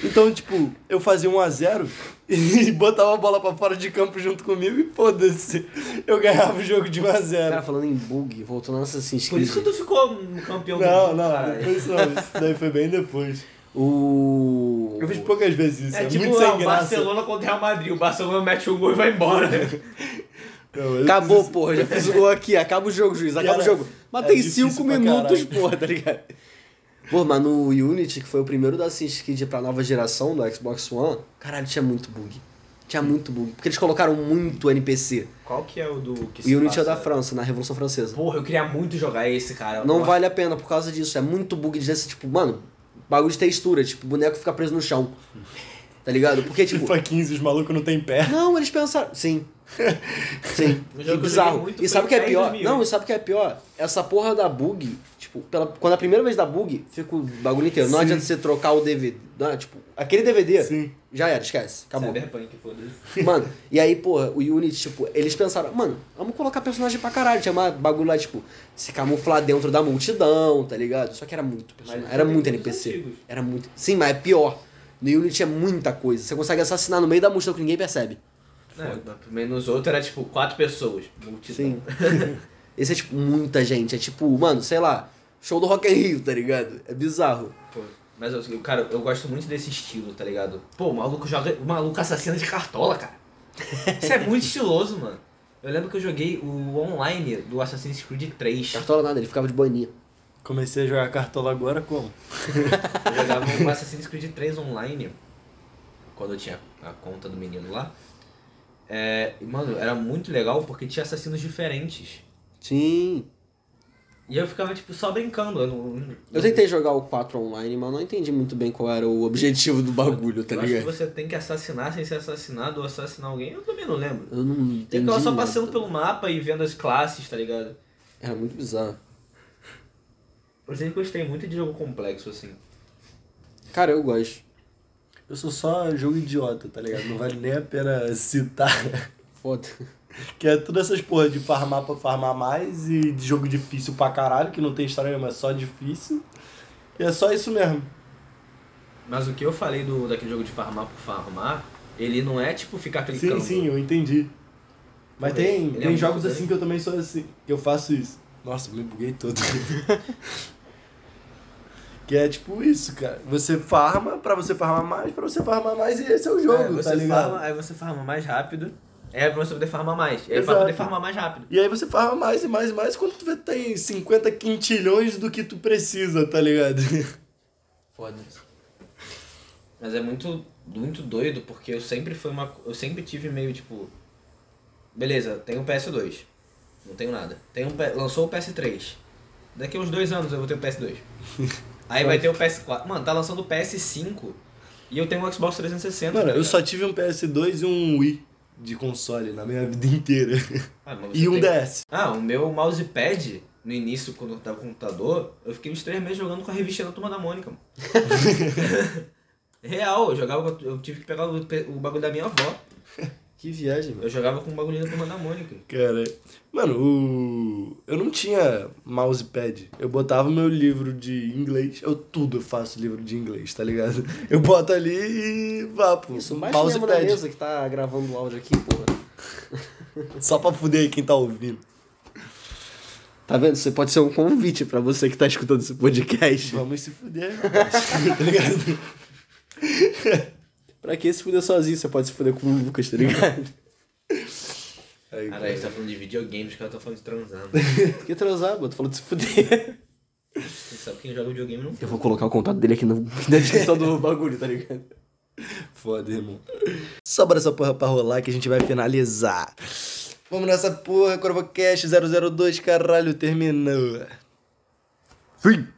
[SPEAKER 1] Então, tipo, eu fazia 1 a 0 e botava a bola pra fora de campo junto comigo e foda-se. Eu ganhava o jogo de 1 a
[SPEAKER 3] Cara,
[SPEAKER 1] 0.
[SPEAKER 3] falando em bug, assim, voltando ao Assassin's
[SPEAKER 4] Por isso que
[SPEAKER 3] Creed.
[SPEAKER 4] tu ficou um campeão do
[SPEAKER 1] Não,
[SPEAKER 4] mundo,
[SPEAKER 1] não,
[SPEAKER 4] caralho.
[SPEAKER 1] depois não. Isso daí foi bem depois.
[SPEAKER 3] O.
[SPEAKER 1] Eu fiz poucas vezes isso. É,
[SPEAKER 4] É tipo
[SPEAKER 1] muito sem
[SPEAKER 4] ah, o
[SPEAKER 1] graça.
[SPEAKER 4] Barcelona contra o Real Madrid. O Barcelona mete um gol e vai embora.
[SPEAKER 1] Não, eu-
[SPEAKER 3] Acabou, porra, já fiz o gol aqui, acaba o jogo, juiz, acaba
[SPEAKER 1] era-
[SPEAKER 3] o jogo. Mas
[SPEAKER 1] é
[SPEAKER 3] tem
[SPEAKER 1] difícil
[SPEAKER 3] cinco
[SPEAKER 1] pra
[SPEAKER 3] minutos,
[SPEAKER 1] caralho.
[SPEAKER 3] porra, tá ligado? Pô, mas no Unity, que foi o primeiro da Assassin's Creed pra nova geração do Xbox One, caralho, tinha muito bug. Tinha muito bug. Porque eles colocaram muito NPC.
[SPEAKER 4] Qual que é o do que
[SPEAKER 3] O Unity é da França, na Revolução Francesa.
[SPEAKER 4] Porra, eu queria muito jogar esse, cara.
[SPEAKER 3] Não
[SPEAKER 4] Eu
[SPEAKER 3] vale a pena por causa disso. É muito bug de desse, tipo, mano, bagulho de textura, tipo, o boneco fica preso no chão.
[SPEAKER 1] Hum.
[SPEAKER 3] Tá ligado? Porque, tipo.
[SPEAKER 1] FIFA 15, os malucos não tem pé.
[SPEAKER 3] Não, eles pensaram. Sim. Sim.
[SPEAKER 4] Um jogo que eu joguei
[SPEAKER 3] bizarro.
[SPEAKER 4] muito
[SPEAKER 3] E sabe o que é
[SPEAKER 4] foi o
[SPEAKER 3] pior?
[SPEAKER 4] 10 2008.
[SPEAKER 3] Não, e sabe o que é pior? Essa porra da bug, tipo, pela- quando a primeira vez da bug, fica o bagulho inteiro. Não
[SPEAKER 1] Sim.
[SPEAKER 3] adianta você trocar o DVD. Não, tipo, aquele DVD,
[SPEAKER 1] Sim.
[SPEAKER 3] já era, esquece. Acabou.
[SPEAKER 4] Cyberpunk, foda-se.
[SPEAKER 3] Mano, e aí, porra, o Unity, tipo, eles pensaram, mano, vamos colocar personagem pra caralho. Tinha uma bagulho lá, tipo, se camuflar dentro da multidão, tá ligado? Só que era muito personagem.
[SPEAKER 4] Mas é
[SPEAKER 3] Era
[SPEAKER 4] tem
[SPEAKER 3] muito
[SPEAKER 4] os
[SPEAKER 3] NPC.
[SPEAKER 4] antigos.
[SPEAKER 3] Era muito. Sim, mas é pior. No Unity é muita coisa. Você consegue assassinar no meio da multidão que ninguém percebe.
[SPEAKER 1] foda.
[SPEAKER 4] menos outro era tipo quatro pessoas. Multidão.
[SPEAKER 3] Sim. Esse é tipo muita gente. É tipo, mano, sei lá, show do Rock in Rio, tá ligado? É bizarro.
[SPEAKER 4] Pô, mas, eu, cara, eu gosto muito desse estilo, tá ligado? Pô, o maluco joga. O maluco assassina de cartola, cara. Isso é muito estiloso, mano. Eu lembro que eu joguei o online do Assassin's Creed 3.
[SPEAKER 3] Cartola nada, ele ficava de boininha.
[SPEAKER 1] Comecei a jogar cartola agora como?
[SPEAKER 4] Eu jogava um Assassin's Creed 3 online. Quando eu tinha a conta do menino lá. É, e, mano, era muito legal porque tinha assassinos diferentes.
[SPEAKER 3] Sim.
[SPEAKER 4] E eu ficava, tipo, só brincando. Eu, não,
[SPEAKER 3] Eu tentei jogar o 4 online, mas não entendi muito bem qual era o objetivo do bagulho, tá
[SPEAKER 4] eu acho que
[SPEAKER 3] ligado?
[SPEAKER 4] você tem que assassinar sem ser assassinado ou assassinar alguém. Eu também não lembro.
[SPEAKER 3] Eu não
[SPEAKER 4] Eu
[SPEAKER 3] entendi. tá.
[SPEAKER 4] ficava só
[SPEAKER 3] nada.
[SPEAKER 4] passando pelo mapa e vendo as classes, tá ligado?
[SPEAKER 3] Era muito bizarro.
[SPEAKER 4] Eu sempre gostei muito de jogo complexo, assim.
[SPEAKER 3] Cara, eu gosto.
[SPEAKER 1] Eu sou só jogo idiota, tá ligado? Não vale nem a pena citar.
[SPEAKER 3] Foda.
[SPEAKER 1] Que é todas essas porra de farmar pra farmar mais e de jogo difícil pra caralho, que não tem história nenhuma, é só difícil. E é só isso mesmo.
[SPEAKER 4] Mas o que eu falei do, daquele jogo de farmar por farmar, ele não é tipo ficar
[SPEAKER 1] Sim,
[SPEAKER 4] clicando.
[SPEAKER 1] sim, eu entendi. Mas tem,
[SPEAKER 4] Ele é
[SPEAKER 1] tem
[SPEAKER 4] muito
[SPEAKER 1] jogos
[SPEAKER 4] grande.
[SPEAKER 1] assim que eu também sou assim, que eu faço isso. Nossa, me buguei todo. que é tipo isso, cara. Você farma pra você farmar mais, pra você farmar mais, e esse é o jogo,
[SPEAKER 4] É, você
[SPEAKER 1] tá ligado?
[SPEAKER 4] farma, aí você farma mais rápido. É pra você poder farmar mais. É pra
[SPEAKER 1] Exato.
[SPEAKER 4] poder farmar mais rápido.
[SPEAKER 1] E aí você farma mais e mais e mais quando tu vê que tem 50 quintilhões do que tu precisa, tá ligado?
[SPEAKER 4] Foda. Mas é muito, muito doido, porque eu sempre fui uma. Eu sempre tive meio tipo. Beleza, tenho um o PS2. Não tenho nada. Tenho, um P- lançou o PS3. Daqui a uns dois anos eu vou ter o PS2. Aí vai ter o PS4. Mano, tá lançando o PS5 e eu tenho o Xbox 360.
[SPEAKER 1] Mano,
[SPEAKER 4] tá
[SPEAKER 1] eu
[SPEAKER 4] ligado?
[SPEAKER 1] só tive um PS2 e um Wii de console na minha vida inteira.
[SPEAKER 4] Ah, mas você
[SPEAKER 1] E um
[SPEAKER 4] tem-
[SPEAKER 1] DS.
[SPEAKER 4] Ah, o meu mousepad, no início, quando eu tava com o computador, eu fiquei uns três meses jogando com a revistinha da Turma da Mônica, mano. Real, eu jogava, com a- eu tive que pegar o, pe- o bagulho da minha avó.
[SPEAKER 3] Que viagem,
[SPEAKER 4] Eu jogava com o bagulho da Turma da Mônica.
[SPEAKER 1] Cara, mano, o... eu não tinha mousepad. Eu botava o meu livro de inglês. Eu tudo faço livro de inglês, tá ligado? Eu boto ali e vapo.
[SPEAKER 3] Isso, baixa mesmo na mesa que tá gravando o áudio aqui, porra.
[SPEAKER 1] Só pra fuder aí quem tá ouvindo.
[SPEAKER 3] Tá vendo? Isso pode ser um convite pra você que tá escutando esse podcast.
[SPEAKER 1] Vamos se fuder, rapaz. tá ligado?
[SPEAKER 3] Pra que se fuder sozinho? Você pode se fuder com o Lucas, tá ligado?
[SPEAKER 1] Aí,
[SPEAKER 4] Cara, a gente tá falando de videogames, os caras tão falando de transar, mano.
[SPEAKER 3] que transar, mano? Tô falando de se fuder.
[SPEAKER 4] Você sabe quem joga videogame não
[SPEAKER 3] Eu vou colocar o contato dele aqui na, na descrição do bagulho, tá ligado?
[SPEAKER 1] Foda, irmão. Só bora essa porra pra rolar que a gente vai finalizar. Vamos nessa porra, Corvocast 002, caralho, terminou. Fim!